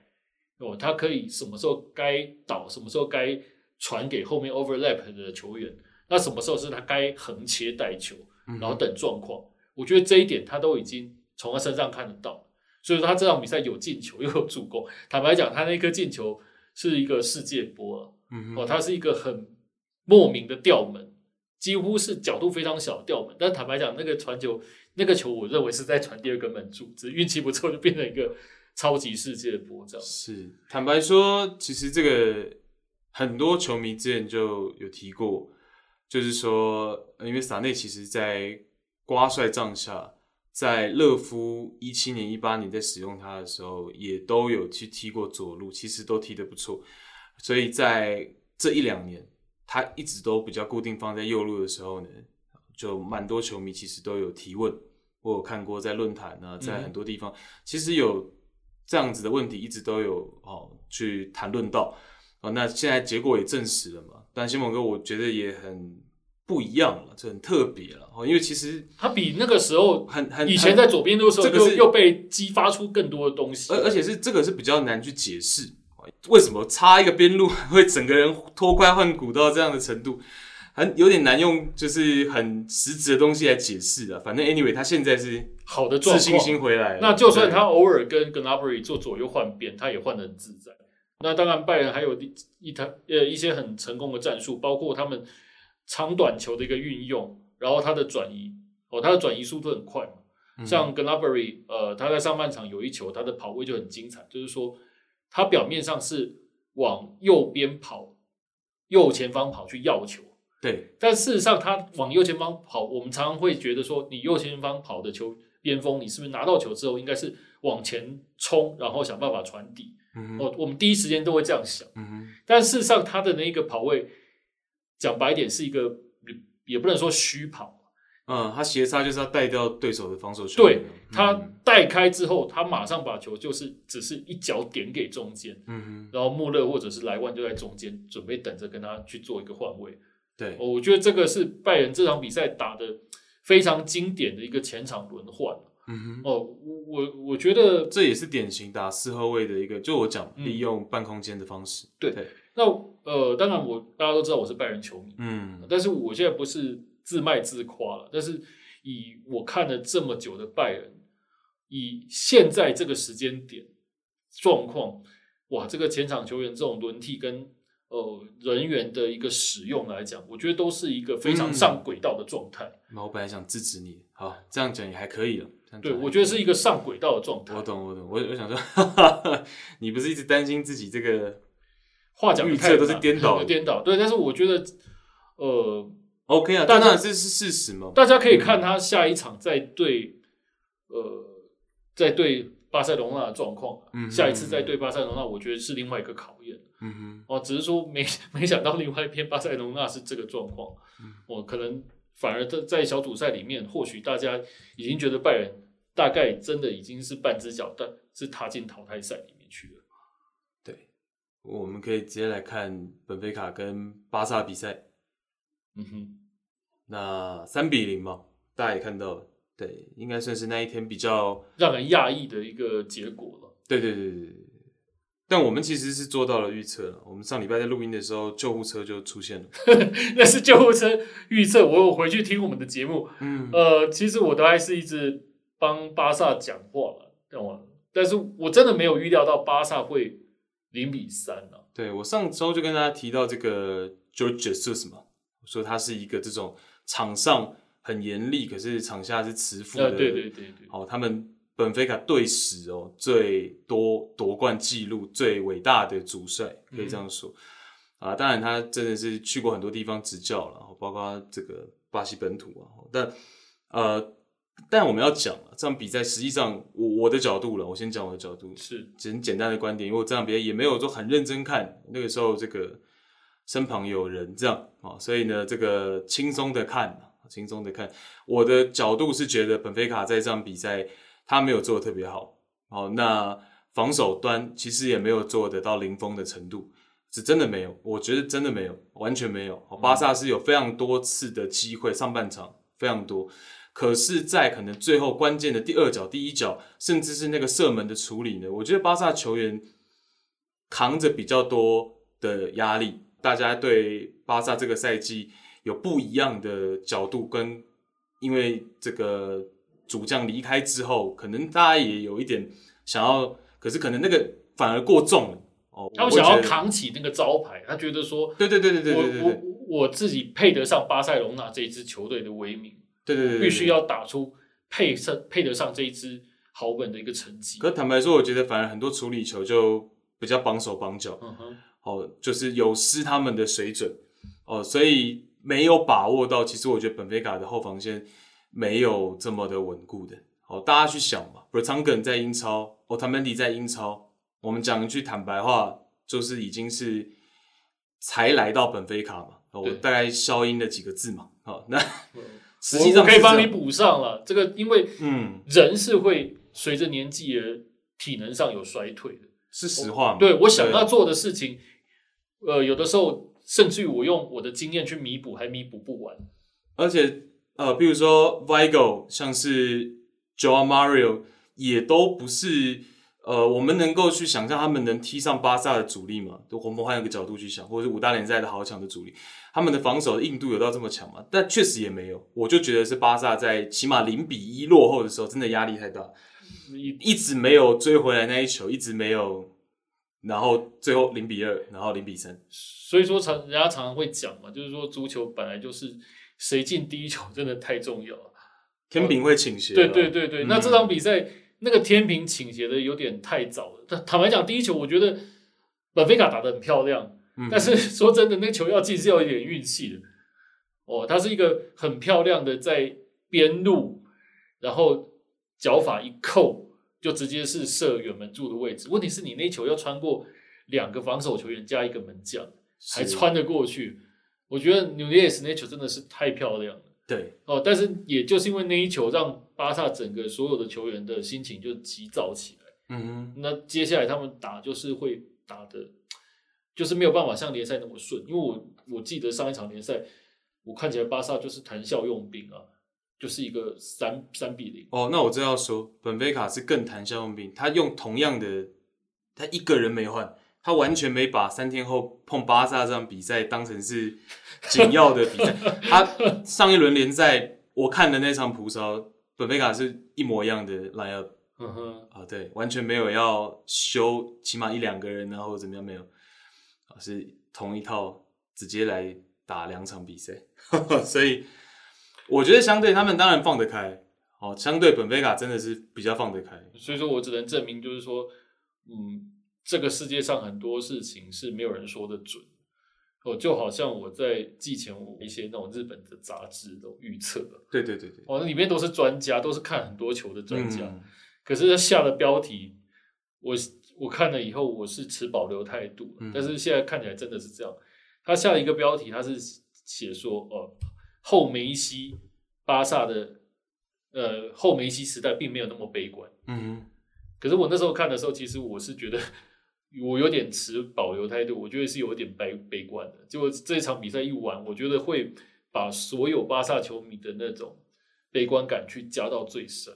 哦，他可以什么时候该倒，什么时候该传给后面 overlap 的球员，那什么时候是他该横切带球，
嗯哼
然后，等状况，我觉得这一点他都已经从他身上看得到，所以说他这场比赛有进球又有助攻，坦白讲，他那颗进球是一个世界波啊。
嗯
哦，
哼，
它是一个很莫名的吊门，几乎是角度非常小的吊门。但坦白讲，那个传球，那个球，我认为是在传第二个门柱，只是运气不错就变成一个超级世界波这样。
是，坦白说，其实这个很多球迷之前就有提过，就是说，呃因为萨内其实在瓜帅帐下，在勒夫一七年、一八年在使用他的时候，也都有去踢过左路，其实都踢得不错，所以在这一两年，他一直都比较固定放在右路的时候呢，就蛮多球迷其实都有提问，我有看过在论坛啊，在
嗯
很多地方，其实有这样子的问题一直都有哦去谈论到哦，那现在结果也证实了嘛，但新猛哥我觉得也很不一样了，这很特别了哦，因为其实
他比那个时候
很很
以前在左边路的时候，
这个
又
是呃
又被激发出更多的东西。
而而且是这个是比较难去解释，为什么插一个边路 会整个人脱胎换骨到这样的程度？很有点难用，就是很实质的东西来解释啊。反正 anyway，他现在是
好的状
自信
况。
心回来了。
那就算
对
他偶尔跟 Gnabry 做左右换边，他也换得很自在。那当然，拜仁还有一一台呃一些很成功的战术，包括他们长短球的一个运用，然后他的转移哦，他的转移速度很快嘛。
嗯
像 Gnabry 呃，他在上半场有一球，他的跑位就很精彩，就是说他表面上是往右边跑，右前方跑去要球，
对
但事实上，他往右前方跑，我们常常会觉得说，你右前方跑的球边锋，你是不是拿到球之后应该是往前冲，然后想办法传递？
嗯哼
哦，我们第一时间都会这样想。
嗯哼
但事实上，他的那个跑位，讲白一点，是一个也也不能说虚跑，
嗯，他斜插就是要带掉对手的防守球员
对
啊。
他带开之后，他马上把球就是只是一脚点给中间，
嗯哼，
然后穆勒或者是莱万就在中间准备等着跟他去做一个换位。
对，
哦，我觉得这个是拜仁这场比赛打的非常经典的一个前场轮换。
嗯哼，
哦，我我我觉得
这也是典型打四后卫的一个，就我讲
嗯
利用半空间的方式。
对
对，
那呃，当然我大家都知道我是拜仁球迷，
嗯
但是我现在不是自卖自夸了，但是以我看了这么久的拜仁，以现在这个时间点状况，哇，这个前场球员这种轮替跟呃人员的一个使用来讲，我觉得都是一个非常
嗯
上轨道的状态。
那我本来想制止你，好，这样讲也还可以了。这样讲
对，
还
我觉得
可以
是一个上轨道的状态。
我懂，我懂，我我想说， 你不是一直担心自己这个
话讲得
预测
太
都是
满
颠倒的
颠倒。对，但是我觉得，呃，
OK 啊？但
但是
当然这是事实嘛。
大家可以看他下一场再对，呃，再对巴塞罗那的状况，啊
嗯
下一次再对巴塞罗那，我觉得是另外一个考验。
嗯
哦，只是说没没想到另外一边巴塞罗那是这个状况，
嗯
我、可能反而在在小组赛里面，或许大家已经觉得拜仁大概真的已经是半只脚，但是踏进淘汰赛里面去了。
哼，对，我们可以直接来看本菲卡跟巴萨比赛，
嗯哼，
那三比零嘛，大家也看到了，对，应该算是那一天比较，
让人讶异的一个结果了。
对对对对对。对但我们其实是做到了预测了。我们上礼拜在录音的时候，救护车就出现了。
那是救护车预测。我有回去听我们的节目，
嗯，
呃，其实我都还是一直帮巴萨讲话了，懂吗？但是我真的没有预料到巴萨会零比三啊。
对我上周就跟大家提到这个 George Jesus 嘛，我说他是一个这种场上很严厉，可是场下是慈父的。
呃，对对对对，
哦，他们本菲卡队史哦最多夺冠纪录最伟大的主帅，可以这样说、
嗯
啊。当然，他真的是去过很多地方执教了，哦包括这个巴西本土啊。但呃，但我们要讲了，这场比赛实际上我我的角度了，我先讲我的角度，
是
很简单的观点，因为我这场比赛也没有说很认真看，那个时候这个身旁有人这样啊、哦所以呢，这个轻松的看，啊轻松的看。我的角度是觉得本菲卡在这场比赛他没有做的特别好，哦，那防守端其实也没有做得到零封的程度，是真的没有，我觉得真的没有，完全没有。哦巴萨是有非常多次的机会，上半场非常多，可是，在可能最后关键的第二脚、第一脚，甚至是那个射门的处理呢，我觉得巴萨球员扛着比较多的压力，大家对巴萨这个赛季有不一样的角度跟，因为这个主将离开之后，可能大家也有一点想要，可是可能那个反而过重了。哦，
他们
我会
想要
觉得
扛起那个招牌，他觉得说，
对对对对对对对
我我我自己配得上巴塞隆纳这一支球队的威名，
对对对，
必须。要打出配上配得上这一支豪本的一个成绩。
可坦白说，我觉得反而很多处理球就比较绑手绑脚，
嗯哼，
哦，就是有失他们的水准，哦，所以没有把握到。其实我觉得本菲卡的后防线没有这么的稳固的。哦，大家去想嘛 b r t a n g e n 在英超 o t a m e n d i 在英超，我们讲一句坦白话，就是已经是才来到本菲卡嘛。哦、我
对
大概消音了几个字嘛。哦，那
嗯
实际
我
上
我可
是
以
这
帮你
样，
补上了这个，因为
嗯，
人是会随着年纪而体能上有衰退的。
是实话嘛。
对我想
啊
要做的事情，呃，有的时候甚至于我用我的经验去弥补，还弥补不完。
而且呃，比如说 Vigo，像是 Joao Mario，也都不是呃，我们能够去想象他们能踢上巴萨的主力吗？就我们换一个角度去想，或者是五大联赛的豪强的主力，他们的防守的硬度有到这么强吗？但确实也没有，我就觉得是巴萨在起码零比一落后的时候，真的压力太大，
你
一直没有追回来那一球，一直没有，然后最后零比二，然后零比三，
所以说常人家常常会讲嘛，就是说足球本来就是谁进第一球真的太重要了。
天平会倾斜、
哦对对，对对，
嗯
那这场比赛那个天平倾斜的有点太早了。但坦白讲，第一球我觉得本菲卡打得很漂亮，
嗯
但是 说真的，那球要进是要有一点运气的。哦，它是一个很漂亮的在边路，然后脚法一扣就直接是射远门柱的位置。问题是你那球要穿过两个防守球员加一个门将，还
是
穿得过去。我觉得纽耶斯那球真的是太漂亮了。
对，
哦，但是也就是因为那一球，让巴萨整个所有的球员的心情就急躁起来。
嗯哼，
那接下来他们打就是会打的，就是没有办法像联赛那么顺。因为我我记得上一场联赛，我看起来巴萨就是谈笑用兵啊，就是一个三三比零。
哦，那我这要说，本菲卡是更谈效用兵，他用同样的，他一个人没换，他完全没把三天后碰巴萨这场比赛当成是紧要的比赛。他上一轮联赛我看的那场葡超，本菲卡是一模一样的 line up
嗯哼，
啊，对，完全没有要修起码一两个人，然后怎么样没有，啊是同一套直接来打两场比赛， 所以我觉得相对他们当然放得开，哦，相对本菲卡真的是比较放得开，
所以说我只能证明，就是说，嗯，这个世界上很多事情是没有人说的准。哦，就好像我在季前我一些那种日本的杂志都预测啊
对对对对，
哦，那里面都是专家，都是看很多球的专家。
嗯
可是他下的标题，我我看了以后，我是持保留态度的、
嗯
但是现在看起来真的是这样。他下了一个标题，他是写说，哦，后梅西巴萨的，呃，后梅西时代并没有那么悲观。
嗯
可是我那时候看的时候，其实我是觉得我有点持保留态度，我觉得是有点悲悲观的。结果这场比赛一完，我觉得会把所有巴萨球迷的那种悲观感去加到最深。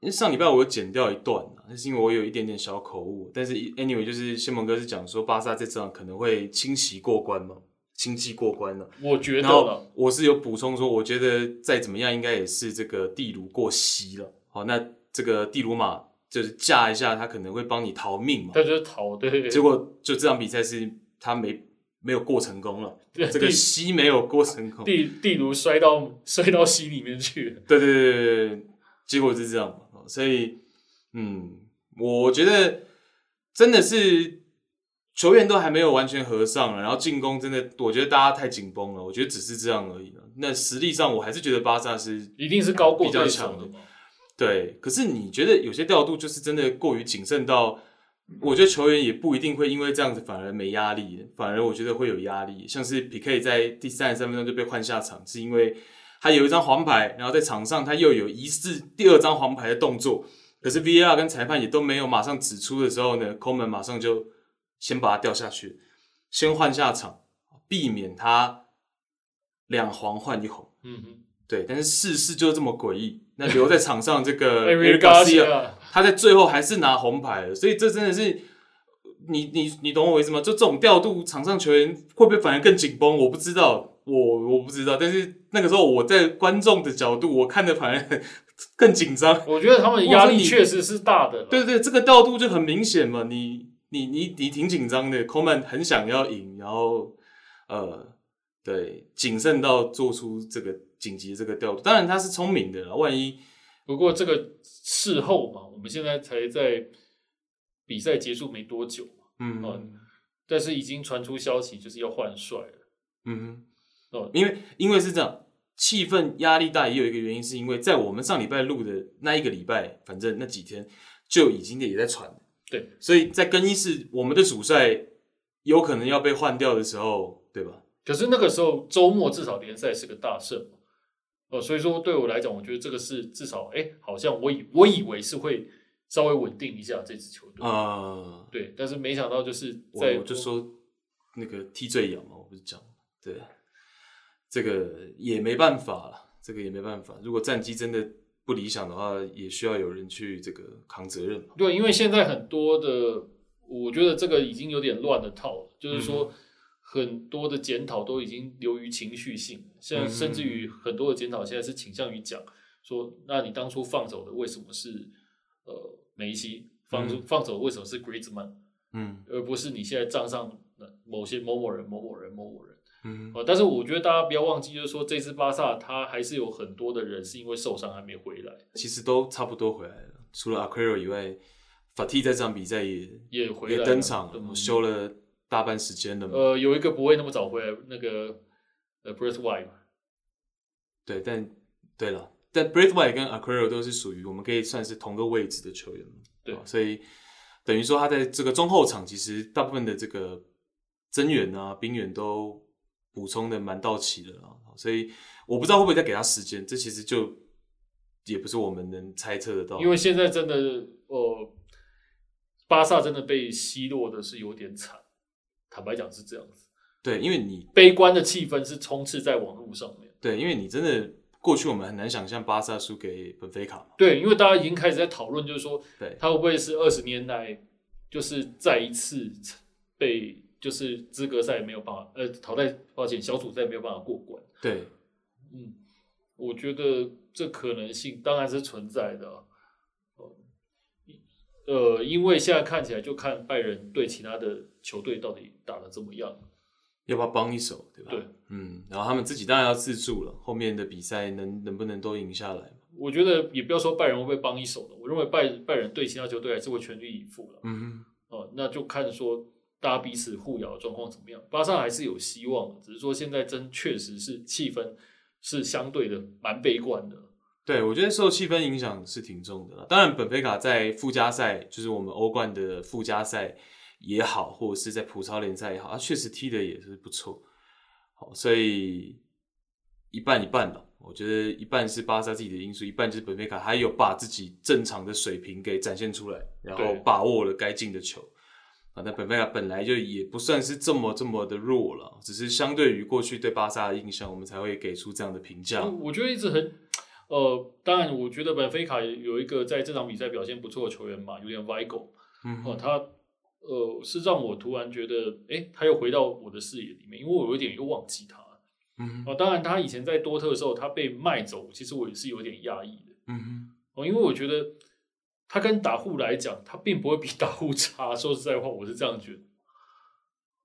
因为上礼拜我有剪掉一段啊，那是因为我有一点点小口误，但是 anyway 就是先蒙哥是讲说巴萨这场可能会轻骑过关嘛，轻骑过关啊了、
我觉得
然后
了，
我是有补充说，我觉得再怎么样应该也是这个地卢过膝了。好，那这个地卢马就是架一下，他可能会帮你逃命嘛
他。就是逃，对对对，
结果就这场比赛是他没没有过成功了，
对
这个膝没有过成功。对
地地如摔到摔到溪里面去了。
对对对对对，结果是这样嘛。哦所以，嗯，我觉得真的是球员都还没有完全合上了，然后进攻真的，我觉得大家太紧绷了。我觉得只是这样而已了。那实力上，我还是觉得巴萨是
一定是高过
比较
对
强
手
的
的嘛？
对，可是你觉得有些调度就是真的过于谨慎到，我觉得球员也不一定会因为这样子反而没压力，反而我觉得会有压力。像是 PK 在第三十三分钟就被换下场，是因为他有一张黄牌，然后在场上他又有疑似第二张黄牌的动作，可是 VAR 跟裁判也都没有马上指出的时候呢，抠门马上就先把他吊下去，先换下场，避免他两黄换一红。
嗯哼
对，但是世事就是这么诡异。那留在场上这 个
，Eric
呃 Eric Garcia，
Garcia，
他在最后还是拿红牌了，所以这真的是你你你懂我意思吗？就这种调度，场上球员会不会反而更紧绷？我不知道，我我不知道。但是那个时候我在观众的角度，我看的反而 更紧张。
我觉得他们压力确实是大的啦。
对对，这个调度就很明显嘛，你你你你挺紧张的，Coleman 很想要赢，然后呃，对，谨慎到做出这个紧急的这个调度。当然他是聪明的啦，万一
不过这个事后嘛，我们现在才在比赛结束没多久嘛，
嗯
哦但是已经传出消息就是要换帅了。
嗯哼
哦
因为因为是这样，气氛压力大也有一个原因，是因为在我们上礼拜录的那一个礼拜，反正那几天就已经也在传，
对，
所以在更衣室我们的主帅有可能要被换掉的时候，对吧？
可是那个时候周末至少联赛是个大胜嘛，哦，所以说对我来讲，我觉得这个是至少哎，好像我以我以为是会稍微稳定一下这支球队，
呃，
对，但是没想到就是在
我我就说那个踢最痒嘛，我不是讲对，这个也没办法了，这个也没办法。如果战绩真的不理想的话，也需要有人去这个扛责任嘛。
对，因为现在很多的，我觉得这个已经有点乱了套了，就是说
嗯
很多的检讨都已经流于情绪性，现
嗯
在甚至于很多的检讨现在是倾向于讲说，那你当初放手的为什么是呃梅西，放
嗯
放手为什么是 Griezmann，
嗯
而不是你现在账上的某些某某人、某某人、某某人。
嗯
呃，但是我觉得大家不要忘记，就是说这次巴萨他还是有很多的人是因为受伤还没回来，
其实都差不多回来了，除了 Aquero 以外，Fati 在这场比赛也
也回来
也
了
登场了，
嗯
休了大半时间了嘛。
呃，有一个不会那么早回来，那个呃 b r e t t White 嘛
对，但对了，但 b r a i t h w h i t e 跟 Aquero 都是属于我们可以算是同个位置的球员嘛
对
哦所以等于说他在这个中后场，其实大部分的这个增援啊、兵员都补充的蛮到齐的啦，哦所以我不知道会不会再给他时间，这其实就也不是我们能猜测得到，
因为现在真的呃，巴萨真的被奚落的是有点惨，坦白讲是这样子，
对，因为你
悲观的气氛是充斥在网络上面。
对，因为你真的过去我们很难想象巴萨输给本菲卡嘛，
对，因为大家已经开始在讨论，就是说
对，
他会不会是二十年来，就是再一次被就是资格赛没有办法，呃，淘汰，抱歉，小组赛没有办法过关。
对，
嗯，我觉得这可能性当然是存在的啊、呃，呃，因为现在看起来就看拜仁对其他的球队到底打得怎么样。
要不要帮一手，对吧？
对，
嗯，然后他们自己当然要自助了，后面的比赛能能不能都赢下来？
我觉得也不要说拜仁会不会帮一手了，我认为拜拜仁对其他球队还是会全力以赴了。
嗯
哦、那就看说大家彼此互咬的状况怎么样。巴萨还是有希望的，只是说现在真确实是气氛是相对的蛮悲观的。
哼，对，我觉得受气氛影响是挺重的啦。当然，本菲卡在附加赛，就是我们欧冠的附加赛也好，或者是在葡超联赛也好，他确实踢的也是不错。好，所以一半一半吧。我觉得一半是巴萨自己的因素，一半就是本菲卡还有把自己正常的水平给展现出来，然后
对
把握了该进的球。啊，那本菲卡本来就也不算是这么这么的弱了，只是相对于过去对巴萨的印象，我们才会给出这样的评价。
我我觉得一直很，呃，当然，我觉得本菲卡有一个在这场比赛表现不错的球员嘛，有点 Vigo，
嗯哼
哦、他呃是让我突然觉得，诶，他又回到我的视野里面，因为我有点又忘记他了。
嗯哼
哦，当然，他以前在多特的时候，他被卖走，其实我也是有点讶异的。
嗯哼，
哦，因为我觉得他跟打户来讲，他并不会比打户差。说实在话，我是这样觉得。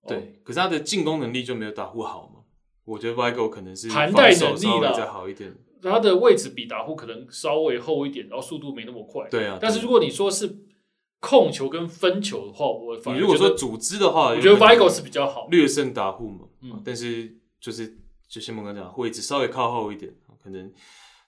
哦
对。可是他的进攻能力就没有打护好嘛？我觉得 Vigo 可能是
盘
防
带
守
能力
稍微
啦
再好一点。
他的位置比打户可能稍微厚一点，然后速度没那么快。
对啊，
但是
对
如果你说是控球跟分球的话，我反
你
而
如果
觉得
说组织的话，
我觉得
有可能
Vigo 是比较好。
略胜打护嘛，啊
嗯
但是就是就先莫刚讲，位置稍微靠后一点，啊可能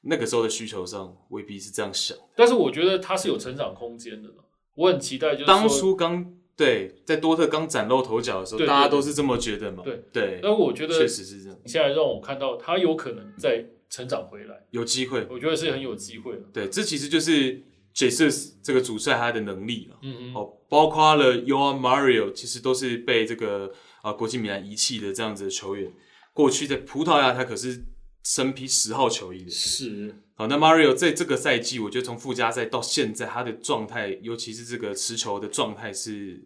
那个时候的需求上未必是这样想。
但是我觉得他是有成长空间的了。我很期待，就是
当
说，
初刚对在多特刚崭露头角的时候，
对对
大家都是这么觉得嘛，
对
对，
但我觉得
确实是这样，
你现在让我看到他有可能再成长回来，
有机会，
我觉得是很有机会的。
对，这其实就是 Jesus 这个主帅他的能力了。
嗯哼，
哦，包括了 y o a Mario，其实都是被这个啊、呃国际米兰遗弃的这样子的球员。过去在葡萄牙，他可是身披十号球衣的。
是
好，那 Mario 在这个赛季，我觉得从附加赛到现在，他的状态，尤其是这个持球的状态是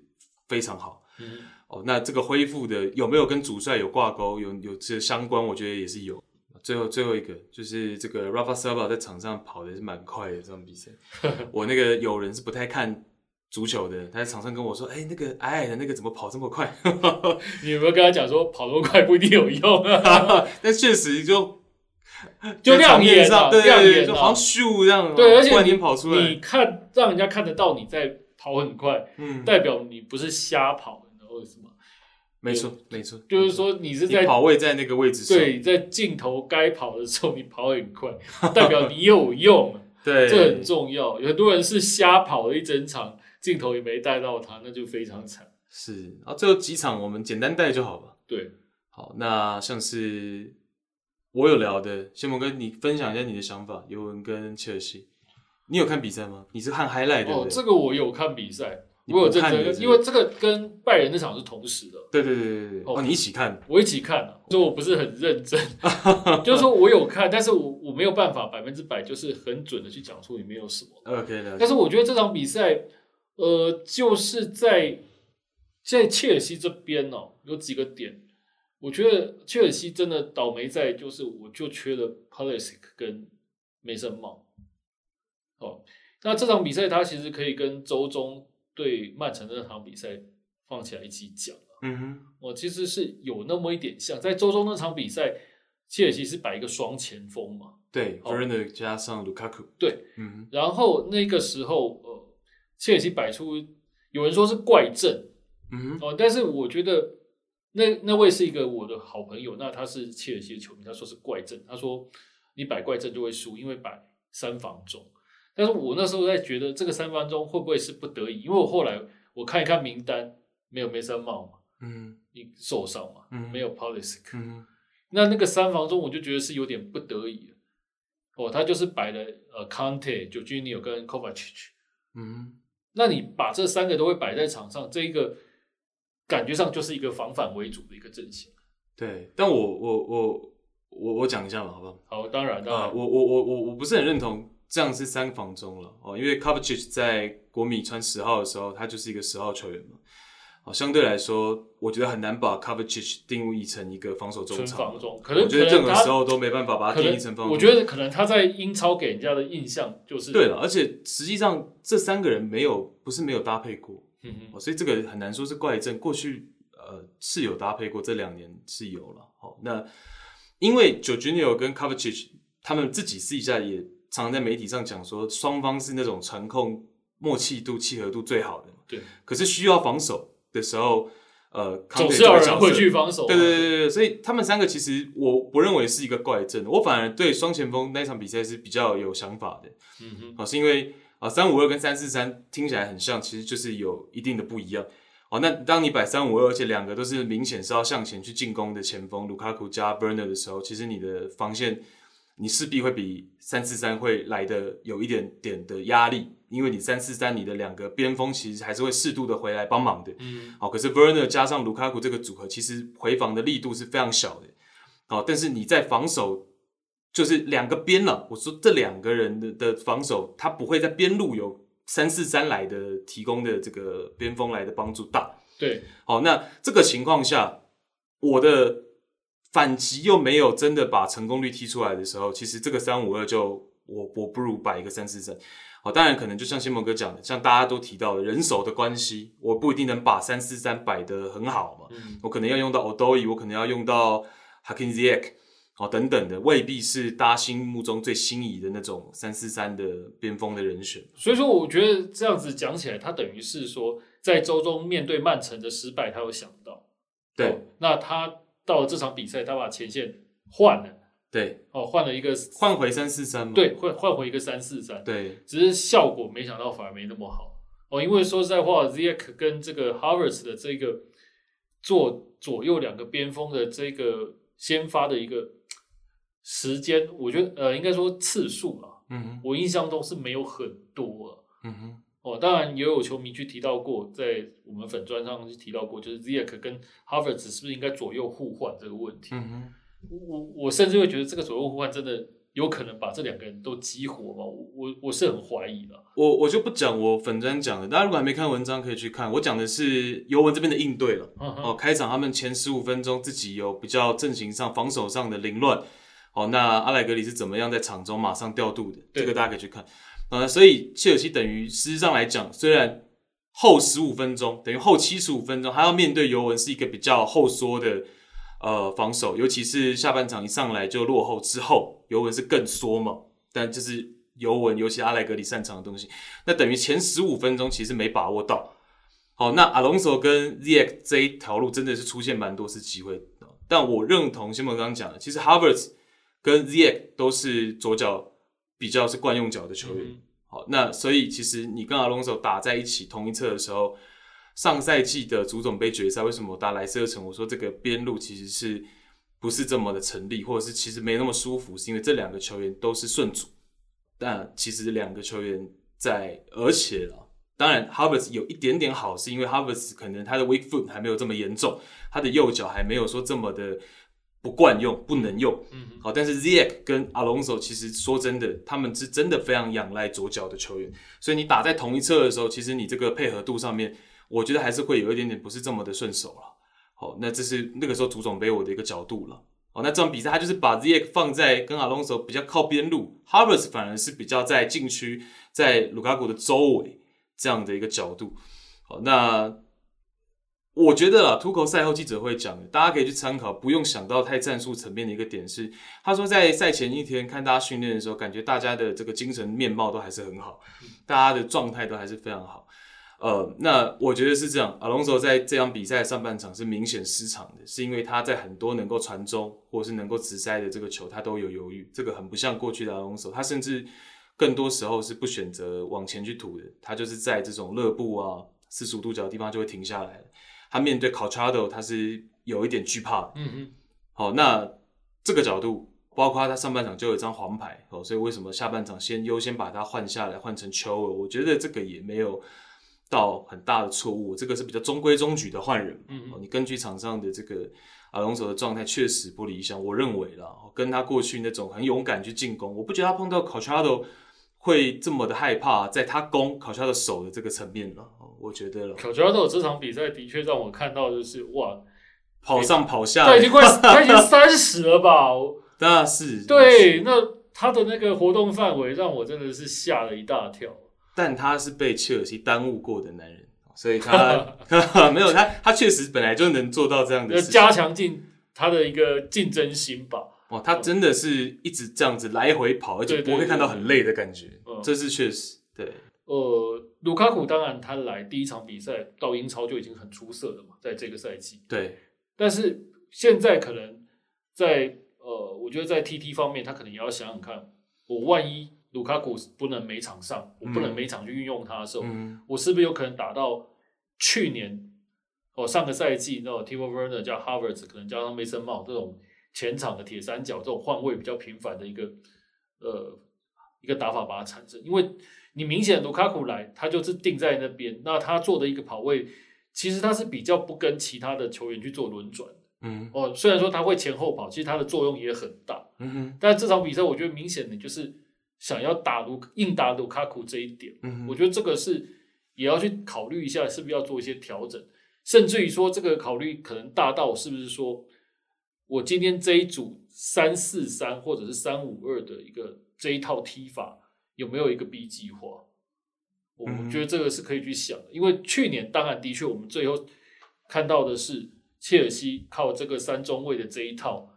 非常好。
嗯
哦，那这个恢复的有没有跟主帅有挂钩，有有这相关？我觉得也是有。最后最后一个就是这个 Rafa Silva 在场上跑的是蛮快的，这场比 赛，我那个友人是不太看足球的，他在场上跟我说：“哎、那个矮矮的那个怎么跑这么快
你有没有跟他讲说跑那么快不一定有用？”啊
但确实就
就
在场
亮眼
面
啊
上，对对
亮
对，
眼
就
啊
好像咻这样，
对，而且
突然
你
间跑出
你
来，
看让人家看得到你在跑很快，
嗯，
代表你不是瞎跑，你知道为什么？
没错没错，
就是说你是在
你跑位在那个位置上，
对，在镜头该跑的时候你跑 很快，代表你有用，
对，
这很重要。有很多人是瞎跑了一整场，镜头也没带到他，那就非常惨。
是。然后最后几场我们简单带就好了。
对，
好，那像是我有聊的，先蒙哥，你分享一下你的想法。尤文跟切尔西，你有看比赛吗？你是看 highlight 对不
哦，
对？
这个我有看比赛，
你
我有
不
认
看
真
的
跟，
是
因为这个跟拜仁那场是同时的，
对对对对对对，
哦
哦，你一起看，
我一起看啊，所以我不是很 认真，就是说我有看，但是我我没有办法百分之百就是很准的去讲出里面有什么。
OK 了解，
但是我觉得这场比赛，呃，就是在在切尔西这边哦，有几个点，我觉得切尔西真的倒霉在就是我就缺了 Pulisic 跟梅森帽。哦，那这场比赛他其实可以跟周中对曼城的那场比赛放起来一起讲。
嗯哼，
我其实是有那么一点像，在周中那场比赛，切尔西是摆一个双前锋嘛，
对
哦
v e r n e r 加上卢卡库，
对，
嗯
然后那个时候，呃，切尔西摆出有人说是怪阵
哼，嗯哼，
哦，但是我觉得那那位是一个我的好朋友，那他是切尔西的球迷，他说是怪阵，他说你摆怪阵就会输，因为摆三防中。但是我那时候在觉得这个三防中会不会是不得已，因为我后来我看一看名单，没有梅森帽嘛，
嗯
你受伤嘛，
嗯
没有 Polisic，、
哼嗯
那那个三防中，我就觉得是有点不得已了哦，他就是摆了呃 Conte、j o r g i n i o 跟 Kovacic。
哼嗯哼，
那你把这三个都会摆在场上，这一个感觉上就是一个防反为主的一个阵型。
对，但我我我我我讲一下嘛，好不好？
好，当然，当
啊，
然，
我我我我我不是很认同这样是三防中了哦，因为 Kovacic 在国米穿十号的时候，他就是一个十号球员嘛。哦，相对来说，我觉得很难把 Kovacic 定义成一个防守中
纯
场
防
嘛。
中，可能
我觉得任
可
何
能他
时候都没办法把
可
它定义成防
能
守。
我觉得可能他在英超给人家的印象就是
对了，，而且实际上这三个人没有不是没有搭配过，
嗯哼，
哦，所以这个很难说是怪症。过去呃是有搭配过，这两年是有了。哦，那因为 j o r g i n i o 跟 Kovacic 他们自己私底下也常常在媒体上讲说，双方是那种传控默契度、契合度最好的。
对，
可是需要防守的时候，呃，
总
Conte
是要有
就
人
角
会
色
去防守，啊
对对对对对，所以他们三个其实我不认为是一个怪症，我反而对双前锋那场比赛是比较有想法的。
嗯哼，
哦，是因为啊三五二跟三四三听起来很像，其实就是有一定的不一样。哦，那当你摆三五二，而且两个都是明显是要向前去进攻的前锋，卢卡库加 Burner 的时候，其实你的防线你势必会比三四三会来的有一点点的压力，因为你三四三你的两个边锋其实还是会适度的回来帮忙的。
嗯，
好，可是 Werner 加上卢卡库这个组合，其实回防的力度是非常小的。好，但是你在防守，就是两个边了。我说这两个人的的防守，他不会在边路有三四三来的提供的这个边锋来的帮助大。
对，
好，那这个情况下，我的反击又没有真的把成功率踢出来的时候，其实这个三五二就我我不如摆一个三四三。好，当然可能就像新蒙哥讲的，像大家都提到的人手的关系，我不一定能把三四三摆得很好嘛。
嗯，
我可能要用到 Odoi，我可能要用到 Hakim Ziyech，哦等等的，未必是大家心目中最心仪的那种三四三的边锋的人选。
所以说，我觉得这样子讲起来，他等于是说，在周中面对曼城的失败，他有想到。
对
哦那他到了这场比赛，他把前线换了，
对，
哦，换了一个，
换回三四三嘛。
对，换换回一个三四三，
对，
只是效果没想到反而没那么好。哦，因为说实在话，Ziyech 跟这个 Havertz 的这个做左右两个边锋的这个先发的一个时间，我觉得呃，应该说次数啦，
嗯哼，
我印象中是没有很多啊。
嗯哼，
哦，当然也有球迷去提到过，在我们粉砖上去提到过，就是 Ziyech 跟 Havertz 是不是应该左右互换这个问题？
嗯哼。
我我我甚至会觉得这个左右互换真的有可能把这两个人都激活嘛？我我我是很怀疑的。
我我就不讲我粉专讲的，大家如果还没看文章可以去看。我讲的是尤文这边的应对了。
嗯
哦，
哼，
开场他们前十五分钟自己有比较阵型上、防守上的凌乱。哦，那阿莱格里是怎么样在场中马上调度的？
对
这个大家可以去看。呃，所以切尔西等于实际上来讲，虽然后十五分钟等于后七十五分钟，他要面对尤文是一个比较后缩的呃防守，尤其是下半场一上来就落后之后，尤文是更缩嘛。但就是尤文，尤其阿莱格里擅长的东西，那等于前十五分钟其实没把握到。好，那阿隆索跟 ZX 这一条路真的是出现蛮多次机会，但我认同先蒙刚刚讲的，其实 Harvard 跟 ZX 都是左脚比较是惯用脚的球员。
嗯
好，那所以其实你跟阿隆索打在一起同一侧的时候，上赛季的足总杯决赛，为什么我打莱斯特城？我说这个边路其实是不是这么的成立，或者是其实没那么舒服，是因为这两个球员都是顺主，但其实两个球员在，而且啊，当然 h a r v a r d 有一点点好，是因为 h a r v a r d 可能他的 weak foot 还没有这么严重，他的右脚还没有说这么的不惯用、不能用。
嗯哼，
好，但是 Ziek 跟 Alonso 其实说真的，他们是真的非常仰赖左脚的球员，所以你打在同一侧的时候，其实你这个配合度上面，我觉得还是会有一点点不是这么的顺手了。好，那这是那个时候足总杯我的一个角度了。哦，那这场比赛他就是把 Ziek 放在跟 Alonso 比较靠边路 h a r v a r d 反而是比较在禁区，在卢卡古的周围这样的一个角度。好，那我觉得啊，秃口赛后记者会讲的，大家可以去参考，不用想到太战术层面的一个点是，他说在赛前一天看大家训练的时候，感觉大家的这个精神面貌都还是很好，大家的状态都还是非常好。呃，那我觉得是这样，Alonso 在这场比赛上半场是明显失常的，是因为他在很多能够传中或是能够直塞的这个球，他都有犹豫，这个很不像过去的 Alonso，他甚至更多时候是不选择往前去突的，他就是在这种勒布啊四十五度角的地方就会停下来了。他面对 c o l c h a d o 他是有一点惧怕的，
嗯哼，
好，那这个角度，包括他上半场就有一张黄牌哦，所以为什么下半场先优先把他换下来，换成秋尔？我觉得这个也没有到很大的错误，这个是比较中规中矩的换人。
嗯
哦
哼，
你根据场上的这个阿隆索的状态确实不理想，我认为啦，哦跟他过去那种很勇敢去进攻，我不觉得他碰到 c o l c h a d o 会这么的害怕，在他攻 c o l c h a d o 手的这个层面了，哦我觉得了，
考乔豆这场比赛的确让我看到就是哇，
跑上跑下
他已，经快 他已经三十了吧？我
当然是
对，那他的那个活动范围让我真的是吓了一大跳。
但他是被切尔西耽误过的男人，哦所以 他 没有他，他确实本来就能做到这样的
要
事情。
加强进他的一个竞争心吧。
哦，他真的是一直这样子来回跑，而且
对对
不会看到很累的感觉
对对，
这是确实对。
呃，卢卡库当然他来第一场比赛到英超就已经很出色了嘛，在这个赛季。
对，
但是现在可能在呃，我觉得在 TT 方面，他可能也要想想看，我万一卢卡库不能每场上，我不能每场去运用他的时候，
嗯，
我是不是有可能打到去年哦上个赛季那种 Timo Werner 加 Havertz 可能加上 Mason Mount 这种前场的铁三角这种换位比较频繁的一个呃一个打法把它产生，因为你明显卢卡库来他就是定在那边，那他做的一个跑位其实他是比较不跟其他的球员去做轮转的
嗯
哦，虽然说他会前后跑，其实他的作用也很大，
嗯哼，
但这场比赛我觉得明显的就是想要打卢硬打卢卡库这一点。
嗯哼
我觉得这个是也要去考虑一下，是不是要做一些调整，甚至于说这个考虑可能大到是不是说我今天这一组三四三或者是三五二的一个这一套踢法有没有一个 B 计划？我
嗯
我觉得这个是可以去想的，因为去年当然的确我们最后看到的是切尔西靠这个三中卫的这一套，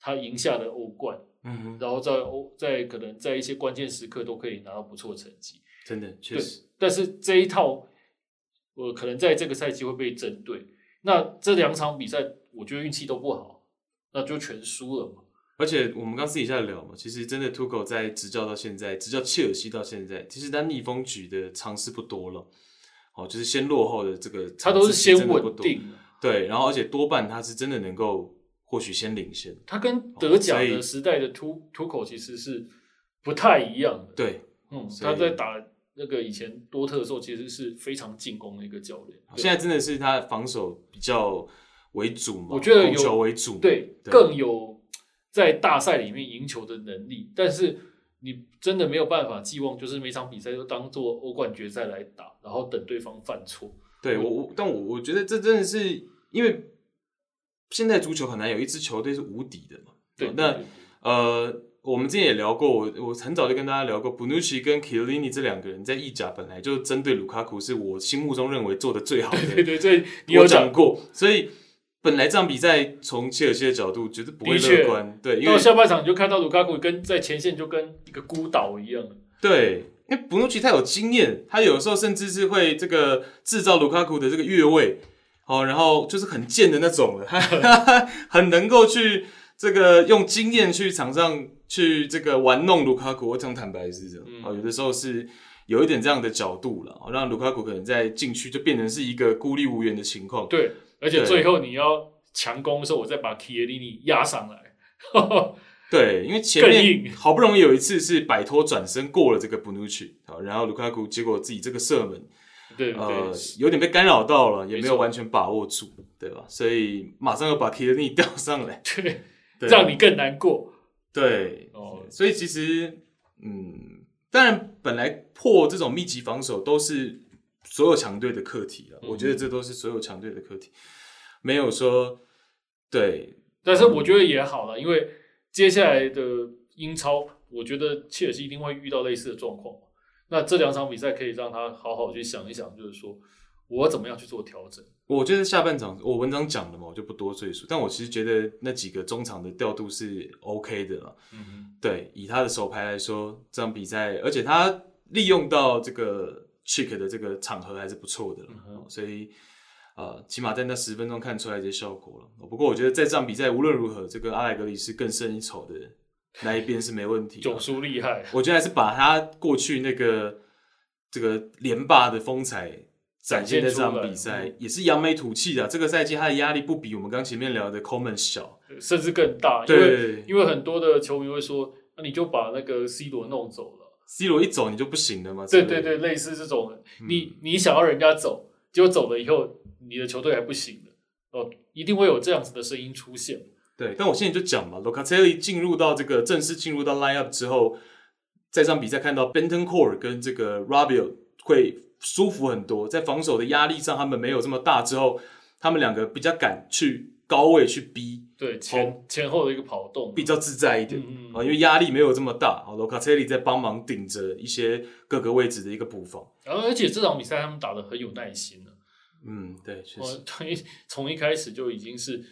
他赢下了欧冠，
嗯哼，
然后在欧在可能在一些关键时刻都可以拿到不错成绩。
真的确实，
但是这一套，呃，可能在这个赛季会被针对。那这两场比赛，我觉得运气都不好，那就全输了嘛。
而且我们刚私底下聊嘛，其实真的 t u c o 在执教到现在，执教切尔西到现在，其实他逆风局的尝试不多了。哦，就是先落后的这个，
他都是先
哦
稳，定，
对，然后而且多半他是真的能够，或许先领先，
他跟德甲
所以
的时代的突突口其实是不太一样的。
对，
嗯，
所以
他在打那个以前多特的时候，其实是非常进攻的一个教练。对
现在真的是他防守比较为主嘛，
我觉得有
控球为主，
对
对
更有在大赛里面赢球的能力，但是你真的没有办法寄望，就是每场比赛都当做欧冠决赛来打，然后等对方犯错。
对我我，但我我觉得这真的是因为现在足球很难有一支球队是无敌的嘛，
对
哦，那
对对
呃，我们之前也聊过，我我很早就跟大家聊过，Bonucci 跟 Chiellini 这两个人在意甲本来就针对卢卡库是我心目中认为做的最好的
对对对， 你
我
有
讲
讲
过，所以本来这场比赛从切尔西的角度绝对不会
的确
乐观，对，因
到
为
下半场你就看到卢卡库跟在前线就跟一个孤岛一样了。
对，因为布鲁奇他有经验，他有时候甚至是会这个制造卢卡库的这个越位，哦，然后就是很贱的那种了， 他他很能够去这个用经验去场上去这个玩弄卢卡库，我讲坦白是这样，
嗯
哦，有的时候是。有一点这样的角度了，哦让卢卡库可能在禁区就变成是一个孤立无援的情况。
对，而且
对
最后你要强攻的时候，我再把 k i e l i n i 压上来。
对，因为前
更
面
硬
好不容哦易有一次是摆脱转身过了这个布努奇，好，然后卢卡库结果自己这个射门，
对对
呃，有点被干扰到了，也没有完全把握住，对吧？所以马上又把 k i l n i 调上来，
对，
对
让你更难过。
对
哦
所以其实，嗯，当然，本来破这种密集防守都是所有强队的课题了、
嗯
我觉得这都是所有强队的课题，没有说对
但是我觉得也好了，因为接下来的英超，我觉得切尔西一定会遇到类似的状况。那这两场比赛可以让他好好去想一想，就是说我怎么样去做调整。
我觉得下半场我文章讲了嘛，我就不多赘述。但我其实觉得那几个中场的调度是 OK 的了。
嗯
对，以他的手牌来说，这场比赛，而且他利用到这个 Chick 的这个场合还是不错的了、
嗯哼
哦所以呃，起码在那十分钟看出来一些效果了。哦不过我觉得在这场比赛无论如何，这个阿莱格里是更胜一筹的那一边是没问题的。
九叔厉害，
我觉得还是把他过去那个这个连霸的风采展现在这场比
展现
赛
出，嗯
也是扬眉吐气的啊。这个赛季他的压力不比我们刚前面聊的 Coleman 小，
甚至更大，因为
对
因为很多的球迷会说，那你就把那个 C 罗弄走了。
，C 罗一走你就不行了嘛。之
对
类
对
的
对，，类似这种，
嗯
你你想要人家走，结果走了以后，你的球队还不行了，哦，一定会有这样子的声音出现。
对，但我现在就讲嘛 l o c a t e l l i 进入到这个正式进入到 lineup 之后，在这场比赛看到 Benton Core 跟这个 Rabio 会舒服很多，在防守的压力上他们没有这么大之后，他们两个比较敢去高位去逼，
对，前、
哦
前后的一个跑动，
比较自在一点。
嗯嗯
啊，因为压力没有这么大，哦 l o c a t e l l i 在帮忙顶着一些各个位置的一个补防。
然后而且这场比赛他们打的很有耐心啊了，
嗯，对，确
我
实，
从一从一开始就已经是。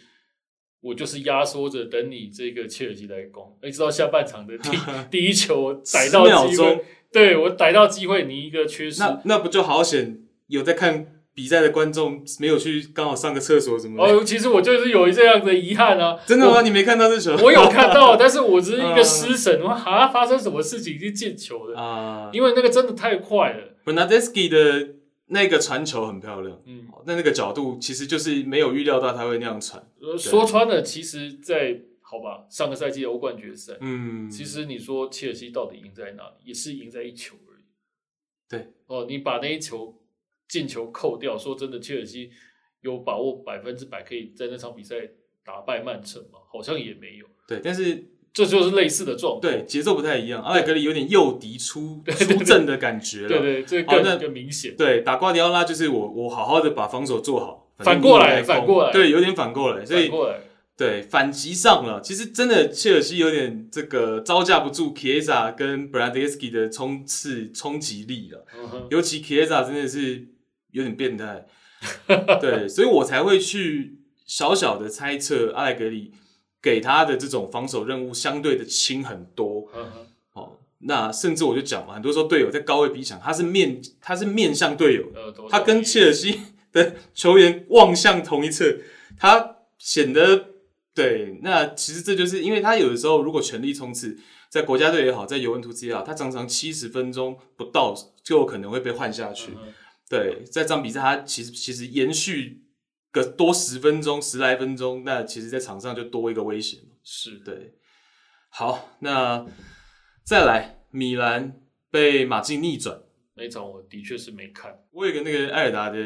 我就是压缩着等你这个切尔西来攻，一直到下半场的 第第一球我逮到
10秒
机
钟
会，对我逮到机会，你一个缺失，
那那不就好险？有在看比赛的观众没有去刚好上个厕所什么的？
哦，其实我就是有这样的遗憾啊，
真的吗？嗯你没看到这球？
我有看到，但是我只是一个失神，我哈发生什么事情去进球 的？
啊、
因为那个真的太快了，
b e r n a d e s k i 的那个传球很漂亮，
嗯，
那那个角度其实就是没有预料到他会那样传。
呃说穿了，其实在，好吧，上个赛季的欧冠决赛，
嗯，
其实你说切尔西到底赢在哪里，也是赢在一球而已。
对，
哦，你把那一球进球扣掉，说真的，切尔西有把握百分之百可以在那场比赛打败曼城吗？好像也没有，
对，但是
这就是类似的状况。
对节奏不太一样，阿莱格里有点诱敌 出出阵的感觉了。
对对，这
好
更
那
更明显。
对打瓜迪奥拉就是我我好好的把防守做好，
反过
反正你
来
也在攻
反过来
对，有点反过来，所
反
以
过来，
对反击上了。其实真的切尔西有点这个招架不住 k i e z a 跟 b r a d e s k i 的冲刺冲击力了。
嗯哼
尤其 Kiesa 真的是有点变态，对，所以我才会去小小的猜测阿莱格里给他的这种防守任务相对的轻很多
嗯哼。
哦。那甚至我就讲嘛，很多时候队友在高位逼抢，他是面他是面向队友的，
呃，懂
他跟
懂
切尔西的球员望向同一侧，他显得对。那其实这就是因为他有的时候如果全力冲刺，在国家队也好，在尤文图斯也好，他常常七十分钟不到就有可能会被换下去。
嗯
对，在这场比赛他其实其实延续个多十分钟、十来分钟，那其实在场上就多一个危险。
是的，
对，好，那再来米兰被马竞逆转。
那一场我的确是没看，
我有一个那个艾尔达的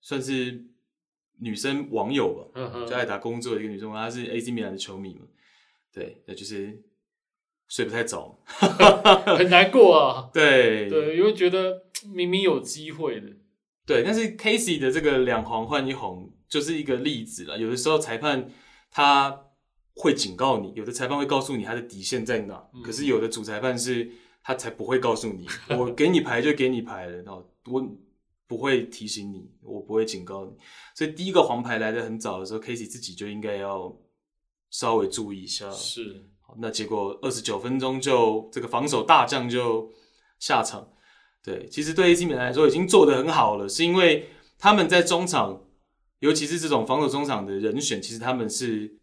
算是女生网友吧，
呵呵
在艾尔达工作的一个女生网友，她是 AC 米兰的球迷嘛，对，那就是睡不太着，
很难过啊。
对
对，因为觉得嘖明明有机会的，
对但是 Casey 的这个两黄换一红就是一个例子了，有的时候裁判他会警告你，有的裁判会告诉你他的底线在哪，
嗯
可是有的主裁判是他才不会告诉你，我给你牌就给你牌了，然后我。不会提醒你，我不会警告你。所以第一个黄牌来的很早的时候，Casey 自己就应该要稍微注意一下。
是
那结果二十九分钟就这个防守大将就下场。对，其实对 AC 米兰来说已经做得很好了，是因为他们在中场，尤其是这种防守中场的人选，其实他们是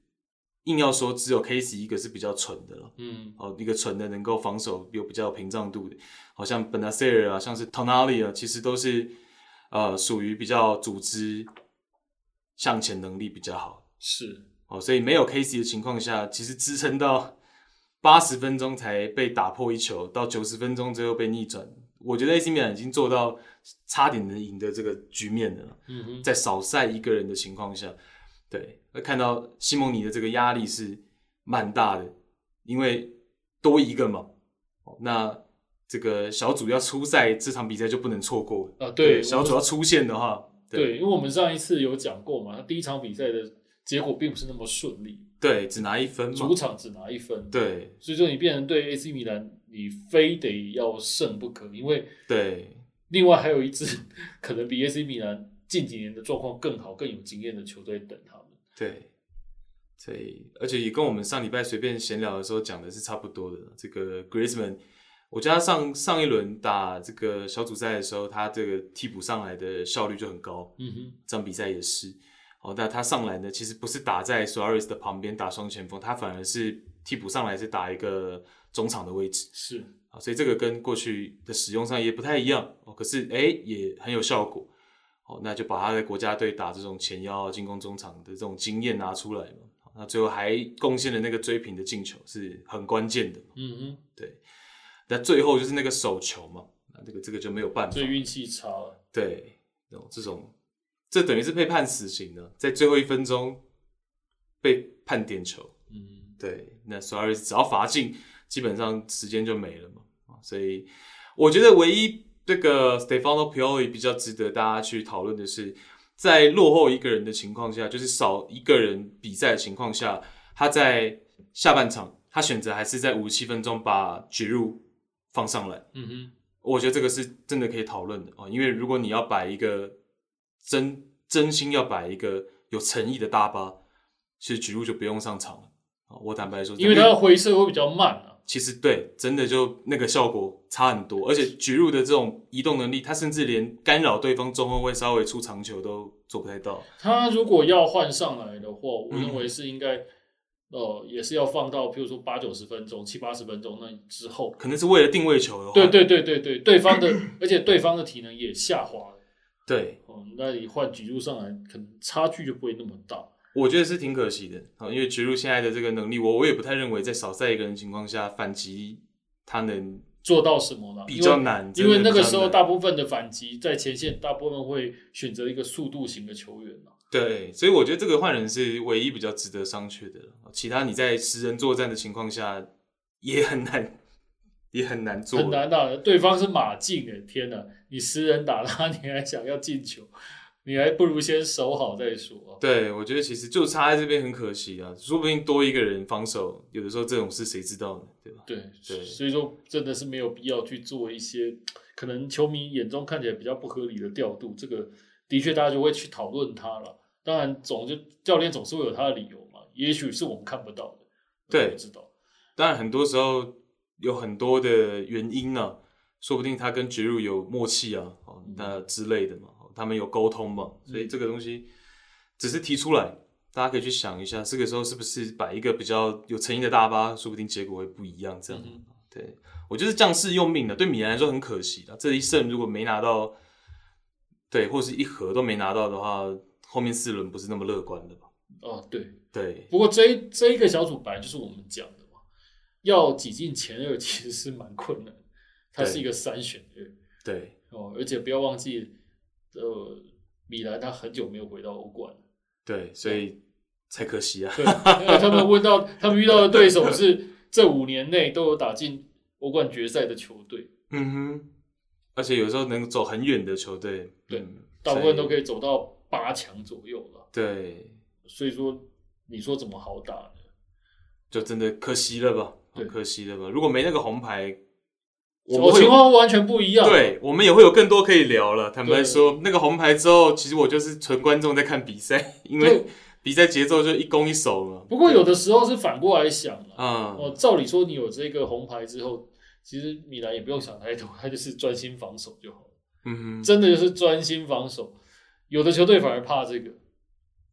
硬要说只有 Casey 一个是比较蠢的了。
嗯，
哦，一个纯的能够防守有比较有屏障度的，好像 b e n a s e r 啊，像是 Tonali 啊，其实都是呃属于比较组织向前能力比较好
是
哦，所以没有 Casey 的情况下，其实支撑到八十分钟才被打破一球，到九十分钟最后被逆转，我觉得 AC 米兰已经做到差点能赢的这个局面了。
嗯哼，
在少赛一个人的情况下，对，会看到西蒙尼的这个压力是蛮大的，因为多一个嘛，哦那这个小组要出赛，这场比赛就不能错过。
啊，对，
小
我们
组要出现的话，
对，因为我们上一次有讲过嘛，他第一场比赛的结果并不是那么顺利，
对，只拿一分嘛
主，场只拿一分，
对
所以说你变成对 AC 米兰，你非得要胜不可，因为
对
另外还有一支可能比 AC 米兰近几年的状况更好、更有经验的球队等他们。
对，所以而且也跟我们上礼拜随便闲聊的时候讲的是差不多的。这个 Griezmann，我觉得他上上一轮打这个小组赛的时候，他这个替补上来的效率就很高，
嗯哼，
这场比赛也是。哦，那他上来呢，其实不是打在 Suarez 的旁边打双前锋，他反而是替补上来是打一个中场的位置
是
啊，所以这个跟过去的使用上也不太一样哦。可是诶也很有效果。哦，那就把他在国家队打这种前腰进攻中场的这种经验拿出来嘛。好那最后还贡献了那个追平的进球，是很关键的。
嗯哼，
那最后就是那个手球嘛，那这个这个就没有办法
所以。运气差了。
对，这种这种，这等于是被判死刑的，在最后一分钟被判点球。
嗯，
对，那 Suarez 只要罚进，基本上时间就没了嘛。啊所以我觉得唯一这个 Stefano Pioli 比较值得大家去讨论的是，在落后一个人的情况下，就是少一个人比赛的情况下，他在下半场他选择还是在五十七分钟把绝入放上来。
嗯哼，
我觉得这个是真的可以讨论的哦，因为如果你要摆一个真真心要摆一个有诚意的大巴，其实局入就不用上场了哦我坦白说，
因为他回撤会比较慢啊。
其实对真的就那个效果差很多，而且局入的这种移动能力，他甚至连干扰对方中后卫稍微出长球都做不太到。
他如果要换上来的话，我
嗯
认为是应该，呃，也是要放到，譬如说八九十分钟、七八十分钟那之后。
可能是为了定位球的话，
对对对对对，对方的， 而且对方的体能也下滑了。
对
哦，那你换几路上来，可能差距就不会那么大。
我觉得是挺可惜的啊，因为植入现在的这个能力，我我也不太认为在少赛一个人的情况下反击他能
做到什么了？
比较难，
因为，因为
真的
那
比较
个时候
难
大部分的反击在前线，大部分会选择一个速度型的球员啊嘛。
对，所以我觉得这个换人是唯一比较值得商榷的了。其他你在十人作战的情况下，也很难，也很难做。
很难打，对方是马竞哎，天哪！你十人打他，你还想要进球，你还不如先守好再说啊。
对，我觉得其实就差在这边很可惜啊，说不定多一个人防守，有的时候这种事谁知道呢？对吧？
对，
对
所以说真的是没有必要去做一些可能球迷眼中看起来比较不合理的调度，这个的确大家就会去讨论它了。当然总就教练总是会有他的理由嘛，也许是我们看不到的，
对
我不知道。
当然，很多时候有很多的原因呢、啊说不定他跟植入有默契啊，哦
嗯，
那之类的嘛，哦他们有沟通嘛，所以这个东西只是提出来，大家可以去想一下，这个时候是不是摆一个比较有诚意的大巴，说不定结果会不一样。这样，
嗯
对我觉得将士用命的，对米兰来说很可惜的。这一胜如果没拿到，对，或是一盒都没拿到的话，后面四轮不是那么乐观的吧？
哦，对，
对，
不过这一这一个小组本来就是我们讲的嘛，要挤进前二其实是蛮困难，它是一个三选二
对，
哦，而且不要忘记，呃，米兰他很久没有回到欧冠了，
对，所以才可惜啊。
对，因为他们问到他们遇到的对手是这五年内都有打进欧冠决赛的球队，
嗯哼，而且有时候能走很远的球队，
对
嗯
大部分都
所
可
以
以走到八强左右了，
对，
所以说你说怎么好打呢？
就真的可惜了吧，
对
可惜了吧。如果没那个红牌，我
我
们会
情
有
况完全不一样，
对我们也会有更多可以聊了。坦白说，那个红牌之后，其实我就是纯观众在看比赛， 因为
对。
比赛节奏就一攻一守嘛。
不过有的时候是反过来想了，
啊，
哦，照理说你有这个红牌之后，其实米兰也不用想太多，他就是专心防守就好了。
嗯哼，
真的就是专心防守，有的球队反而怕这个。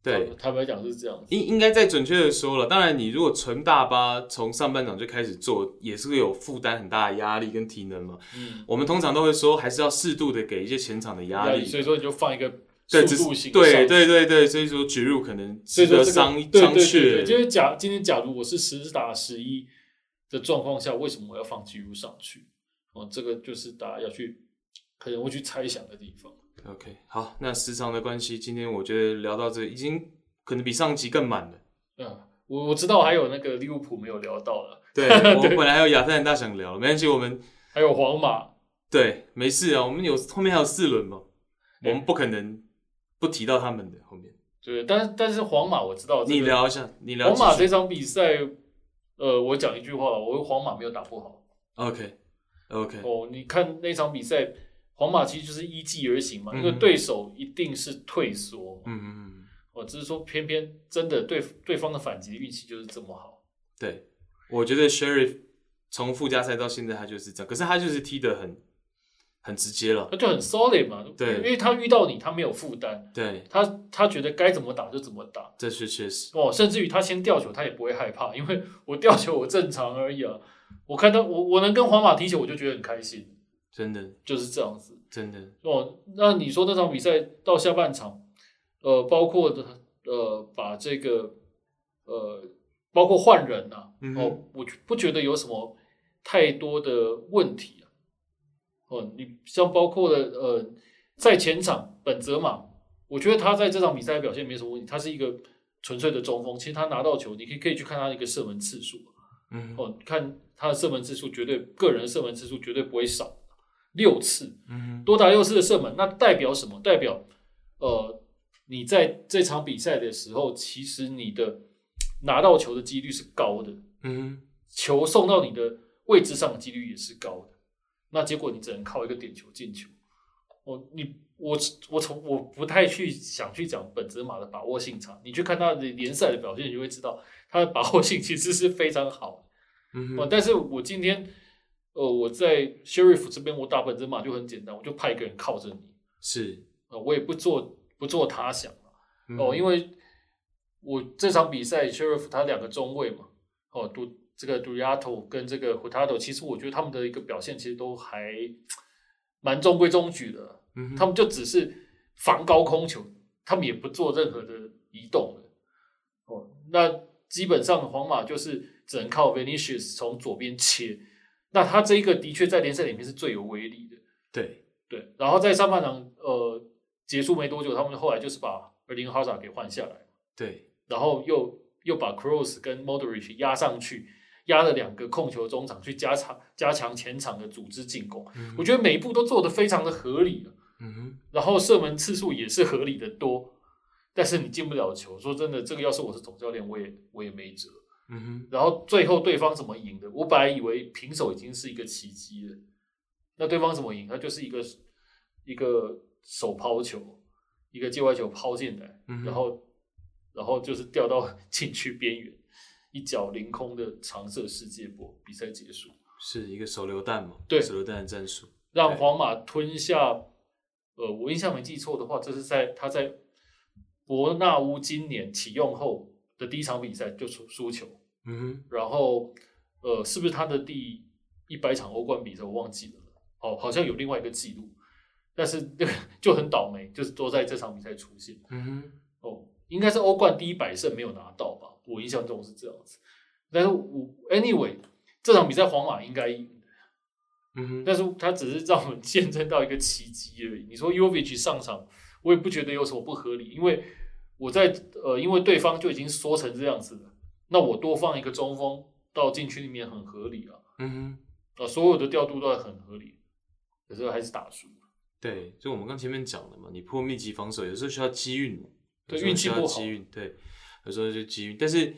对，
坦坦白讲是这样子。
应应该再准确的说了，当然你如果纯大巴从上半场就开始做，也是会有负担很大的压力跟体能嘛。
嗯，
我们通常都会说，还是要适度的给一些前场的压力，
所以说你就放一个
对，
速度
只是
型的
对
上去
对对对，所以说植入可能值
所以说
得
这个
商
对
商
对对对，就
榷。
是假今天假如我是十打十一的状况下，为什么我要放吉入上去？哦，这个就是大家要去可能会去猜想的地方。
OK，好，那时长的关系，今天我觉得聊到这已经可能比上集更满了。
嗯，我我知道还有那个利物浦没有聊到了，
对我本来还有亚特兰大想聊，没关系，我们
还有皇马，
对没事啊，我们有后面还有四轮嘛，我
对
们不可能不提到他们的后面。
对，但是但是皇马我知道、
你。聊一下，你聊
皇
几
马
句
这场比赛，呃，我讲一句话，我皇马没有打不好。
OK OK，
哦，你看那场比赛，皇马其实就是依计而行嘛，
嗯
因为对手一定是退缩嘛。
嗯嗯嗯，
哦，只是说偏偏真的对对方的反击运气就是这么好。
对，我觉得 Sheriff 从附加赛到现在他就是这样，可是他就是踢得很很直接了
那。就很 solid 嘛，
对
因为他遇到你，他没有负担，
对，
他他觉得该怎么打就怎么打，
这是确实，
哦，甚至于他先吊球，他也不会害怕，因为我吊球我正常而已啊，我看到我我能跟皇马踢球，我就觉得很开心，
真的
就是这样子。
真的，
哦，那你说那场比赛到下半场，呃，包括的呃，把这个呃，包括换人呐、
嗯哼
哦，我觉不觉得有什么太多的问题啊。哦，你像包括了呃，在前场本泽马，我觉得他在这场比赛表现没什么问题，他是一个纯粹的中锋。其实他拿到球，你可以可以去看他的一个射门次数，
嗯哼
哦，看他的射门次数绝对个人射门次数绝对不会少，六次。
嗯哼
多达六次的射门，那代表什么？代表呃，你在这场比赛的时候，其实你的拿到球的几率是高的，
嗯
球送到你的位置上的几率也是高的。那结果你只能靠一个点球进球。哦，你我我从我不太去想去讲本泽马的把握性差，你去看他的联赛的表现，你就会知道他的把握性其实是非常好的。
嗯
哦，
哼，
但是我今天，呃，我在 sheriff 这边我打本真马就很简单，我就派一个人靠着你，
是嗯
呃，我也不做不做他想哦，因
为
为我这场比赛 sheriff 他两个中卫嘛，哦，杜这个杜亚头跟这个胡塔头，其实我觉得他们的一个表现其实都还蛮中规中矩的，
嗯
他们就只是防高空球，他们也不做任何的移动的。哦，那基本上皇马就是只能靠 Vinicius 从左边切，那他这一个的确在联赛里面是最有威力的。
对，
对，然后在上半场呃结束没多久，他们后来就是把二零哈萨给换下来，
对，
然后又又把 Cross 跟 Modric 压上去，压了两个控球中场去加强加强前场的组织进攻。
嗯
我
哼
觉得每一步都做得非常的合理、啊
嗯哼，
然后射门次数也是合理的多，但是你进不了球。说真的，这个要是我是总教练，我也我也没辙。
嗯哼，
然后最后对方怎么赢的？我本来以为平手已经是一个奇迹了，那对方怎么赢？他就是一个一个手抛球，一个界外球抛进来，
嗯哼
然后然后就是掉到 禁区边缘，一脚凌空的长射世界波，比赛结束，
是一个手榴弹嘛，
对
手榴弹的战术，
让
对
皇马吞下。呃，我印象没记错的话，这是在他在伯纳乌今年启用后的第一场比赛就输输球。
嗯哼，
然后呃，是不是他的第一百场欧冠比赛我忘记了，哦，好像有另外一个记录，但是 就很倒霉，就是都在这场比赛出现
嗯哼，
哦，应该是欧冠第一百胜没有拿到吧，我印象中是这样子，但是我 anyway 这场比赛皇马应该赢。
嗯哼，
但是他只是让我们见证到一个奇迹而已。你说 Uvich 上场，我也不觉得有什么不合理，因为我在呃，因为对方就已经缩成这样子了，那我多放一个中锋到禁区里面很合理啊，
嗯哼。
啊，所有的调度都很合理，可是还是打输。
对，就我们刚前面讲的嘛，你破密集防守有时候需要机运嘛，有
对
时候
运气
需要
不好
机运对，有时候就机运，但是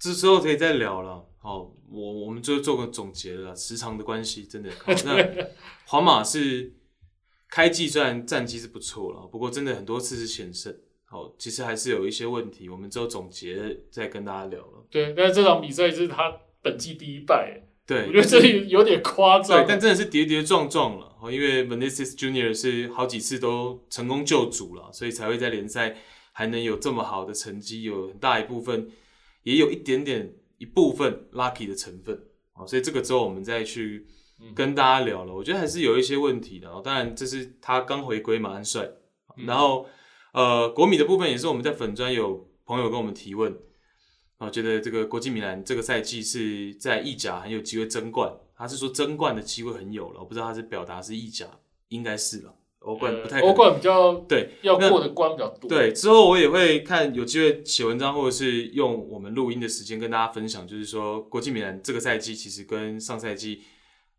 这之后可以再聊了。好，我我们就做个总结了啦，时长的关系真的。好那 皇马是开季虽然战绩是不错了，不过真的很多次是险胜。好，其实还是有一些问题，我们之后总结再跟大家聊了。
对，但是这场比赛是他本季第一败，欸
对，
我觉得这里有点夸
对
张啊。，
但真的是跌跌撞撞了，哦因为 Vinicius Junior 是好几次都成功救主了，所以才会在联赛还能有这么好的成绩，有很大一部分，也有一点点一部分 lucky 的成分啊，哦所以这个之后我们再去
嗯
跟大家聊了，我觉得还是有一些问题的，哦当然这是他刚回归嘛，安帅，
嗯
然后呃国米的部分也是我们在粉专有朋友跟我们提问，我觉得这个国际米兰这个赛季是在意甲很有机会争冠，他是说争冠的机会很有了，我不知道他是表达是意甲，应该是了，欧冠不太可
呃
能
欧冠比较
对
要
那
过的关比较多，
对，之后我也会看有机会写文章，或者是用我们录音的时间跟大家分享，就是说国际米兰这个赛季其实跟上赛季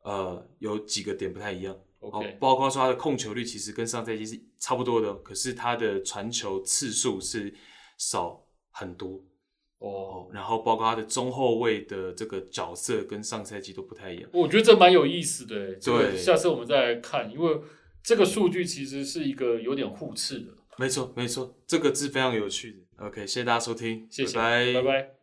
呃有几个点不太一样。哦
，OK，，
包括说他的控球率其实跟上赛季是差不多的，可是他的传球次数是少很多
哦，
哦，然后包括他的中后卫的这个角色跟上赛季都不太一样。
我觉得这蛮有意思的欸，这个
对
下次我们再来看，因为这个数据其实是一个有点互斥的，
没错，没错，这个是非常有趣的。OK，谢谢大家收听，
谢谢，
拜
拜拜。